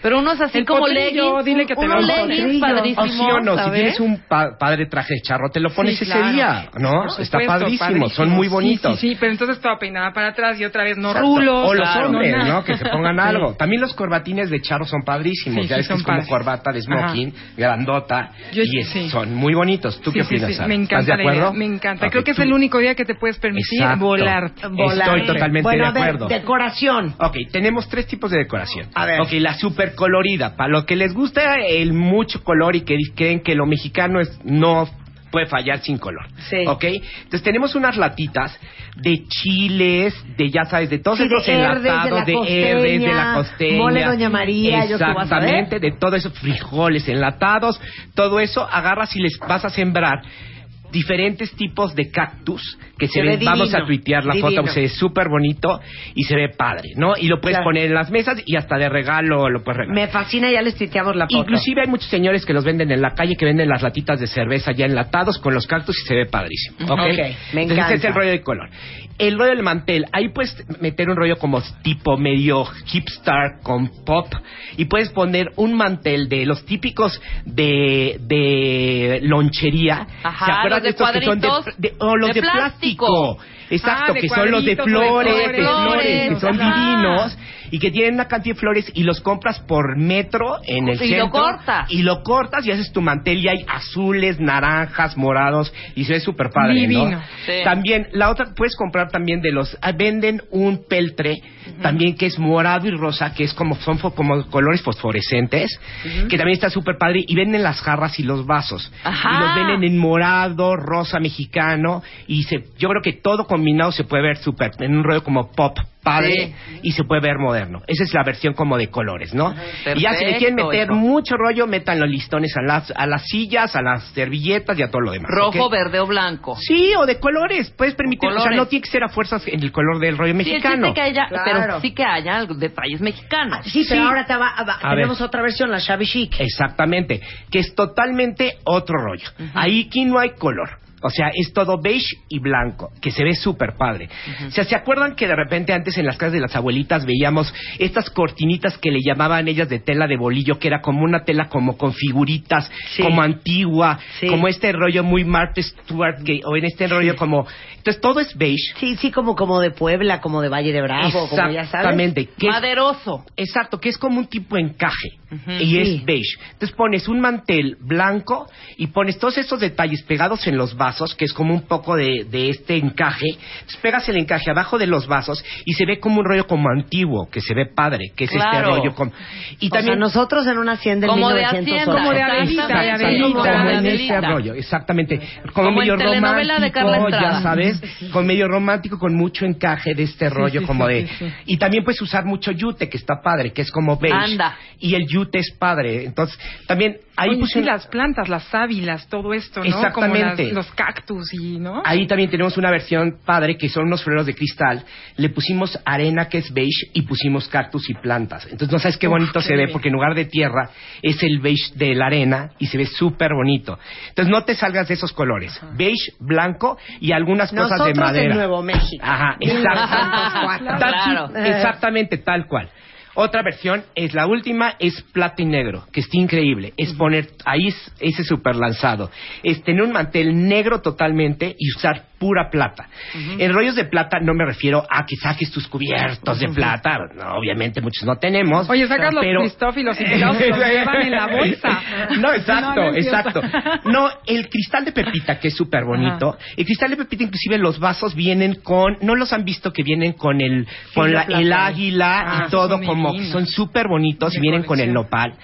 [SPEAKER 6] Pero uno es así
[SPEAKER 9] El
[SPEAKER 6] como
[SPEAKER 9] potrillo,
[SPEAKER 6] leggings,
[SPEAKER 9] dile que te
[SPEAKER 6] unos
[SPEAKER 9] lo
[SPEAKER 6] leggings
[SPEAKER 3] potrillo.
[SPEAKER 5] O
[SPEAKER 6] padrísimos,
[SPEAKER 5] Oh, sí o no, si
[SPEAKER 6] ¿sabes?
[SPEAKER 5] tienes un pa- padre traje de charro, te lo pones ese
[SPEAKER 9] claro.
[SPEAKER 5] día, ¿no?
[SPEAKER 9] Por
[SPEAKER 5] Está
[SPEAKER 9] supuesto,
[SPEAKER 5] padrísimo, son muy
[SPEAKER 9] Sí,
[SPEAKER 5] bonitos.
[SPEAKER 9] Sí, sí, pero entonces toda peinada para atrás y otra vez no
[SPEAKER 5] Exacto.
[SPEAKER 9] rulos.
[SPEAKER 5] o los
[SPEAKER 9] no
[SPEAKER 5] hombres,
[SPEAKER 9] nada.
[SPEAKER 5] ¿no?
[SPEAKER 9] *laughs*
[SPEAKER 5] Que se pongan algo. También los corbatines de charro son padrísimos.
[SPEAKER 9] Sí,
[SPEAKER 5] ya
[SPEAKER 9] sí,
[SPEAKER 5] ves que
[SPEAKER 9] son
[SPEAKER 5] es como
[SPEAKER 9] padres.
[SPEAKER 5] corbata de smoking, grandota.
[SPEAKER 9] Yo-
[SPEAKER 5] y es-
[SPEAKER 9] sí.
[SPEAKER 5] son muy bonitos. ¿Tú
[SPEAKER 9] Sí,
[SPEAKER 5] qué
[SPEAKER 9] sí,
[SPEAKER 5] opinas,
[SPEAKER 9] sí,
[SPEAKER 5] Sara?
[SPEAKER 9] Me encanta
[SPEAKER 5] ¿Estás de
[SPEAKER 9] la idea,
[SPEAKER 5] acuerdo?
[SPEAKER 9] me encanta.
[SPEAKER 5] Ok,
[SPEAKER 9] Creo que es
[SPEAKER 5] tú-
[SPEAKER 9] el único día que te puedes permitir
[SPEAKER 5] Exacto.
[SPEAKER 9] volar.
[SPEAKER 5] Estoy totalmente
[SPEAKER 3] bueno,
[SPEAKER 5] de
[SPEAKER 3] a ver,
[SPEAKER 5] acuerdo.
[SPEAKER 3] decoración.
[SPEAKER 5] Ok, tenemos tres tipos de decoración.
[SPEAKER 3] A ver.
[SPEAKER 5] Ok, la super colorida. Para los que les gusta el mucho color y que di- creen que lo mexicano es no puede fallar sin color.
[SPEAKER 3] Sí.
[SPEAKER 5] ¿Ok? Entonces tenemos unas latitas de chiles, de ya sabes, de todos
[SPEAKER 3] Sí, de
[SPEAKER 5] esos
[SPEAKER 3] herdes, de la
[SPEAKER 5] enlatados, de
[SPEAKER 3] costeña,
[SPEAKER 5] herdes, de la costeña.
[SPEAKER 3] mole Doña María, yo qué voy a
[SPEAKER 5] Exactamente, de todo eso, frijoles enlatados, todo eso agarras y les vas a sembrar diferentes tipos de cactus que se,
[SPEAKER 3] Se ve
[SPEAKER 5] ven, vamos
[SPEAKER 3] divino,
[SPEAKER 5] a tuitear la
[SPEAKER 3] divino.
[SPEAKER 5] foto, se ve súper bonito y se ve padre, ¿no? Y lo puedes
[SPEAKER 3] Claro.
[SPEAKER 5] poner en las mesas y hasta de regalo lo puedes regalar.
[SPEAKER 3] Me fascina, ya les tuiteamos la foto.
[SPEAKER 5] Inclusive hay muchos señores que los venden en la calle, que venden las latitas de cerveza ya enlatados con los cactus y se ve padrísimo. ¿ok?
[SPEAKER 3] Ok, me
[SPEAKER 5] Entonces,
[SPEAKER 3] encanta.
[SPEAKER 5] ese es el rollo de color. El rollo del mantel, ahí puedes meter un rollo como tipo medio hipster con pop y puedes poner un mantel de los típicos de, de lonchería.
[SPEAKER 4] Ajá,
[SPEAKER 5] ¿Se acuerdan
[SPEAKER 4] los de
[SPEAKER 5] estos que son de-
[SPEAKER 4] cuadritos
[SPEAKER 5] de- o los
[SPEAKER 4] de
[SPEAKER 5] de plástico?
[SPEAKER 4] plástico.
[SPEAKER 5] Exacto,
[SPEAKER 4] Ah, de
[SPEAKER 5] que son los de
[SPEAKER 4] cuadritos, de
[SPEAKER 5] flores, de
[SPEAKER 4] flores.
[SPEAKER 5] flores, que son
[SPEAKER 4] Ajá.
[SPEAKER 5] divinos y que tienen una cantidad de flores y los compras por metro en el
[SPEAKER 4] Y
[SPEAKER 5] centro.
[SPEAKER 4] lo cortas.
[SPEAKER 5] Y lo cortas y haces tu mantel y hay azules, naranjas, morados y se ve súper padre, ¿no?
[SPEAKER 9] Divino.
[SPEAKER 4] Sí.
[SPEAKER 5] También, la otra, puedes comprar también de los... ah, Venden un peltre también que es morado y rosa, que es como son fo- como colores fosforescentes, que también está súper padre y venden las jarras y los vasos.
[SPEAKER 4] Ajá.
[SPEAKER 5] Y los venden en morado, rosa mexicano y se, yo creo que todo combinado se puede ver súper, en un rollo como pop padre y se puede ver moderno. Esa es la versión como de colores, ¿no? y ya si le quieren
[SPEAKER 4] Perfecto,
[SPEAKER 5] meter
[SPEAKER 4] hijo.
[SPEAKER 5] mucho rollo, metan los listones a las, a las sillas, a las servilletas y a todo lo demás.
[SPEAKER 4] Rojo,
[SPEAKER 5] ¿ok?
[SPEAKER 4] verde o blanco.
[SPEAKER 5] Sí, o de colores, puedes permitir, o sea,
[SPEAKER 4] colores.
[SPEAKER 5] no tiene que ser a fuerzas en el color del rollo
[SPEAKER 4] Sí,
[SPEAKER 5] mexicano. Ah,
[SPEAKER 4] existe que haya,
[SPEAKER 3] Claro.
[SPEAKER 4] pero sí que haya algo- detalles mexicanos.
[SPEAKER 3] Sí, pero
[SPEAKER 5] Sí.
[SPEAKER 3] ahora te va- va-
[SPEAKER 5] A
[SPEAKER 3] tenemos
[SPEAKER 5] ver. Eh.
[SPEAKER 3] otra versión, la shabby chic.
[SPEAKER 5] Exactamente, que es totalmente otro rollo. Ahí aquí no hay color. O sea, es todo beige y blanco, que se ve súper padre. O sea, ¿se acuerdan que de repente antes en las casas de las abuelitas veíamos estas cortinitas que le llamaban ellas de tela de bolillo, que era como una tela como con figuritas,
[SPEAKER 3] Sí.
[SPEAKER 5] como antigua,
[SPEAKER 3] Sí.
[SPEAKER 5] como este rollo muy Martha Stewart, que, o en este rollo como... Entonces todo es beige.
[SPEAKER 3] Sí, sí, como, como de Puebla, como de Valle de Bravo, como ya sabes.
[SPEAKER 5] Exactamente. que es-
[SPEAKER 4] Maderoso.
[SPEAKER 5] Exacto, que es como un tipo encaje
[SPEAKER 4] Ujú.
[SPEAKER 5] y
[SPEAKER 3] Sí.
[SPEAKER 5] es beige. Entonces pones un mantel blanco y pones todos estos detalles pegados en los vasos, que es como un poco de, de este encaje. Entonces pegas el encaje abajo de los vasos y se ve como un rollo como antiguo, que se ve padre, que es
[SPEAKER 4] Claro.
[SPEAKER 5] este rollo como... Y
[SPEAKER 3] Y también
[SPEAKER 5] también
[SPEAKER 3] nosotros en una hacienda en
[SPEAKER 4] Como de
[SPEAKER 3] 1900
[SPEAKER 4] hacienda.
[SPEAKER 9] Como de adelita, de
[SPEAKER 4] Exactamente,
[SPEAKER 9] adelita,
[SPEAKER 5] como
[SPEAKER 4] de
[SPEAKER 9] de
[SPEAKER 5] en
[SPEAKER 4] adelita.
[SPEAKER 5] ese rollo, exactamente. Como,
[SPEAKER 4] Como en
[SPEAKER 5] medio
[SPEAKER 4] telenovela de Carla
[SPEAKER 5] romántico,
[SPEAKER 4] Estrada.
[SPEAKER 5] ya sabes, con medio romántico, con mucho encaje de este rollo, como de... Y también puedes usar mucho yute, que está padre, que es como beige.
[SPEAKER 4] Anda.
[SPEAKER 5] Y el yute es padre, entonces, también ahí puse
[SPEAKER 9] Ahí pues sí,
[SPEAKER 5] un-
[SPEAKER 9] las plantas, las sábilas, todo esto, ¿no?
[SPEAKER 5] pues Exactamente.
[SPEAKER 9] Como las- los cactus y, ¿no?
[SPEAKER 5] Ahí también tenemos una versión padre que son unos floreros de cristal. Le pusimos arena que es beige y pusimos cactus y plantas. Entonces no sabes qué
[SPEAKER 9] Uf,
[SPEAKER 5] bonito
[SPEAKER 9] qué
[SPEAKER 5] se ve
[SPEAKER 9] bien.
[SPEAKER 5] porque en lugar de tierra es el beige de la arena y se ve súper bonito. Entonces no te salgas de esos colores. Beige, blanco y algunas cosas de
[SPEAKER 3] Nosotros en
[SPEAKER 5] madera. Ah,
[SPEAKER 3] Nuevo México.
[SPEAKER 5] Ajá, exacto.
[SPEAKER 4] Claro.
[SPEAKER 5] Tal- sí, Exactamente, tal cual. Otra versión es la última, es plata y negro, que está increíble. Es poner ahí es- ese super lanzado. Es tener un mantel negro totalmente y usar pura plata. En rollos de plata no me refiero a que saques tus cubiertos de plata. No, obviamente muchos no tenemos.
[SPEAKER 9] Oye, sacas los
[SPEAKER 5] pero-
[SPEAKER 9] cristófilos y
[SPEAKER 5] *laughs*
[SPEAKER 9] los llevan en la bolsa.
[SPEAKER 5] no, exacto,
[SPEAKER 9] No, no es cierto.
[SPEAKER 5] exacto. No, el cristal de Pepita, que es súper bonito. El cristal de Pepita, inclusive los vasos vienen con, no los han visto que vienen con el, con la- el águila
[SPEAKER 9] Ah,
[SPEAKER 5] y
[SPEAKER 9] esos
[SPEAKER 5] todo
[SPEAKER 9] son
[SPEAKER 5] como,
[SPEAKER 9] divinos.
[SPEAKER 5] son súper bonitos
[SPEAKER 9] De
[SPEAKER 5] y vienen con el
[SPEAKER 9] colección.
[SPEAKER 5] nopal.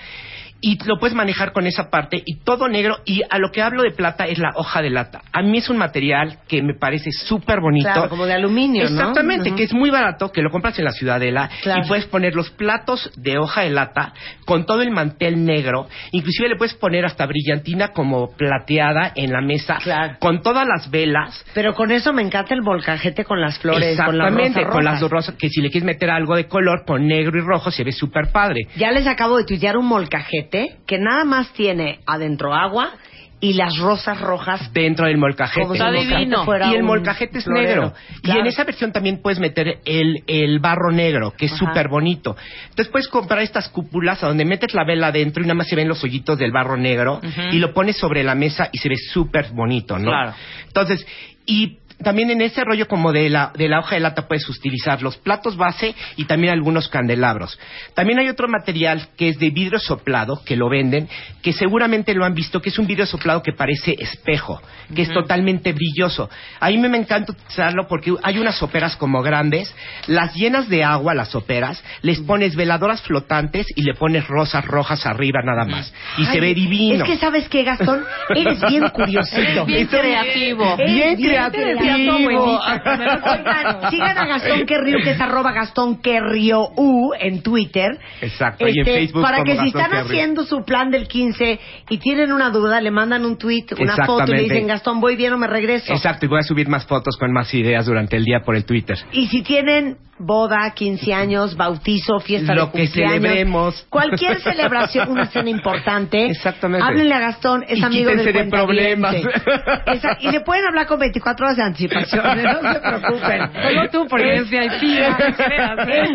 [SPEAKER 5] Y lo puedes manejar con esa parte y todo negro. Y a lo que hablo de plata es la hoja de lata. A mí es un material que me parece súper bonito.
[SPEAKER 3] Claro, como de aluminio, ¿no?
[SPEAKER 5] Exactamente,
[SPEAKER 3] Ujú.
[SPEAKER 5] que es muy barato, que lo compras en la Ciudadela
[SPEAKER 3] Claro.
[SPEAKER 5] y puedes poner los platos de hoja de lata con todo el mantel negro, inclusive le puedes poner hasta brillantina como plateada en la mesa,
[SPEAKER 3] Claro.
[SPEAKER 5] con todas las velas.
[SPEAKER 3] Pero con eso me encanta el volcajete con las flores, con la
[SPEAKER 5] Exactamente,
[SPEAKER 3] rosa
[SPEAKER 5] con
[SPEAKER 3] roja.
[SPEAKER 5] las dos rosas, que si le quieres meter algo de color, con negro y rojo se ve súper padre.
[SPEAKER 3] Ya les acabo de tuitear un molcajete que nada más tiene adentro agua y las rosas rojas.
[SPEAKER 5] Dentro del molcajete.
[SPEAKER 3] Como si
[SPEAKER 4] Está
[SPEAKER 3] el molcajete
[SPEAKER 4] divino.
[SPEAKER 3] fuera
[SPEAKER 5] y el
[SPEAKER 3] un
[SPEAKER 5] molcajete es
[SPEAKER 3] florero.
[SPEAKER 5] negro.
[SPEAKER 3] Claro.
[SPEAKER 5] Y en esa versión también puedes meter el, el barro negro, que es súper bonito. Entonces puedes comprar estas cúpulas a donde metes la vela adentro y nada más se ven los hoyitos del barro negro y lo pones sobre la mesa y se ve súper bonito, ¿no?
[SPEAKER 4] Claro.
[SPEAKER 5] Entonces, y también en ese rollo como de la, de la hoja de lata puedes utilizar los platos base y también algunos candelabros. También hay otro material que es de vidrio soplado, que lo venden, que seguramente lo han visto, que es un vidrio soplado que parece espejo, que es totalmente brilloso. A mí me, me encanta utilizarlo porque hay unas soperas como grandes, las llenas de agua, las soperas, les pones veladoras flotantes y le pones rosas rojas arriba nada más. Y
[SPEAKER 3] Ay,
[SPEAKER 5] se ve divino.
[SPEAKER 3] Es que sabes que Gastón, eres
[SPEAKER 5] *laughs*
[SPEAKER 3] bien curiosito.
[SPEAKER 5] Eres bien creativo.
[SPEAKER 3] Eres
[SPEAKER 5] Bien creativo.
[SPEAKER 3] Oigan, sigan a Gastón Querriu, que es arroba Gastón Querriu U en Twitter.
[SPEAKER 5] Exacto, y en
[SPEAKER 3] Este,
[SPEAKER 5] Facebook
[SPEAKER 3] para
[SPEAKER 5] como
[SPEAKER 3] que si
[SPEAKER 5] Gastón
[SPEAKER 3] están
[SPEAKER 5] Querriu.
[SPEAKER 3] haciendo su plan del 15 y tienen una duda, le mandan un tweet, una foto y le
[SPEAKER 5] Exactamente.
[SPEAKER 3] dicen, Gastón, voy bien o me regreso.
[SPEAKER 5] Exacto, y voy a subir más fotos con más ideas durante el día por el Twitter.
[SPEAKER 3] Y si tienen boda, 15 años, bautizo, fiesta
[SPEAKER 5] Lo
[SPEAKER 3] de
[SPEAKER 5] que
[SPEAKER 3] cumpleaños,
[SPEAKER 5] celebremos. *laughs*
[SPEAKER 3] cualquier celebración, una cena importante,
[SPEAKER 5] Exactamente.
[SPEAKER 3] háblenle a Gastón, es
[SPEAKER 5] Y
[SPEAKER 3] amigo del
[SPEAKER 5] quítense de problemas.
[SPEAKER 3] cuentaviente. Esa- y le pueden hablar con 24 horas de anticipación, ¿eh? no se preocupen.
[SPEAKER 9] Solo tú, porque es VIP,
[SPEAKER 3] *laughs*
[SPEAKER 9] no te creas, ¿eh?
[SPEAKER 3] Es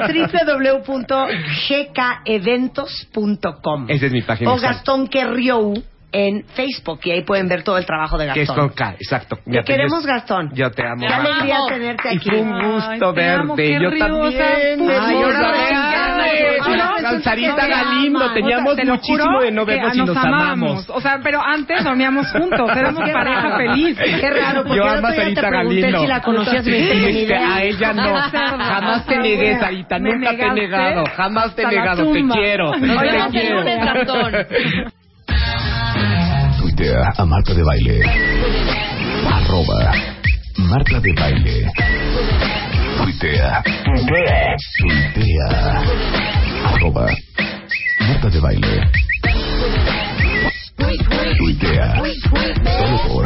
[SPEAKER 3] www.gkeventos.com
[SPEAKER 5] Esa es mi página.
[SPEAKER 3] o
[SPEAKER 5] exacto.
[SPEAKER 3] Gastón Querriou en Facebook y ahí pueden ver todo el trabajo de
[SPEAKER 5] Que es con
[SPEAKER 3] Gastón.
[SPEAKER 5] K, exacto. Mi
[SPEAKER 3] Te
[SPEAKER 5] apellido
[SPEAKER 3] queremos,
[SPEAKER 5] es-
[SPEAKER 3] Gastón.
[SPEAKER 5] Yo te amo.
[SPEAKER 3] Qué
[SPEAKER 5] Marta.
[SPEAKER 3] alegría tenerte
[SPEAKER 5] Y
[SPEAKER 3] aquí.
[SPEAKER 5] fue un gusto
[SPEAKER 9] Ay, te amo,
[SPEAKER 5] verte.
[SPEAKER 9] qué
[SPEAKER 5] yo
[SPEAKER 9] riosas,
[SPEAKER 5] también.
[SPEAKER 9] puta
[SPEAKER 3] Ay, ahora
[SPEAKER 5] Rosales.
[SPEAKER 3] vengan. Ahora
[SPEAKER 5] Con
[SPEAKER 3] resulta
[SPEAKER 5] Sarita
[SPEAKER 3] que me
[SPEAKER 5] Galindo.
[SPEAKER 3] aman.
[SPEAKER 5] Teníamos
[SPEAKER 9] O sea, te lo
[SPEAKER 5] muchísimo
[SPEAKER 9] juro
[SPEAKER 5] de no
[SPEAKER 9] que
[SPEAKER 5] vernos y nos amamos.
[SPEAKER 9] O sea, pero antes dormíamos juntos, éramos
[SPEAKER 3] Qué
[SPEAKER 9] pareja
[SPEAKER 3] raro.
[SPEAKER 9] feliz.
[SPEAKER 3] Qué raro, porque el
[SPEAKER 5] Yo amo a
[SPEAKER 3] otro día te
[SPEAKER 5] Sarita
[SPEAKER 3] pregunté
[SPEAKER 5] Galindo.
[SPEAKER 3] si la conocías y me dijiste ni
[SPEAKER 5] Este,
[SPEAKER 3] idea.
[SPEAKER 5] a
[SPEAKER 3] *laughs*
[SPEAKER 5] ella no. Jamás te negué, Sarita.
[SPEAKER 9] Me
[SPEAKER 5] Nunca te he
[SPEAKER 9] negaste
[SPEAKER 5] negado. Jamás te he
[SPEAKER 9] hasta la
[SPEAKER 5] negado. Te
[SPEAKER 9] tumba.
[SPEAKER 5] quiero.
[SPEAKER 3] *laughs*
[SPEAKER 9] Nos
[SPEAKER 5] Te
[SPEAKER 9] vemos el
[SPEAKER 5] quiero.
[SPEAKER 9] lunes, Gastón.
[SPEAKER 1] Tuitea a Marta de Baile. Arroba Marta de Baile. Tuitea. Tuitea. Arroba Marta de Baile. Tuitea. Solo por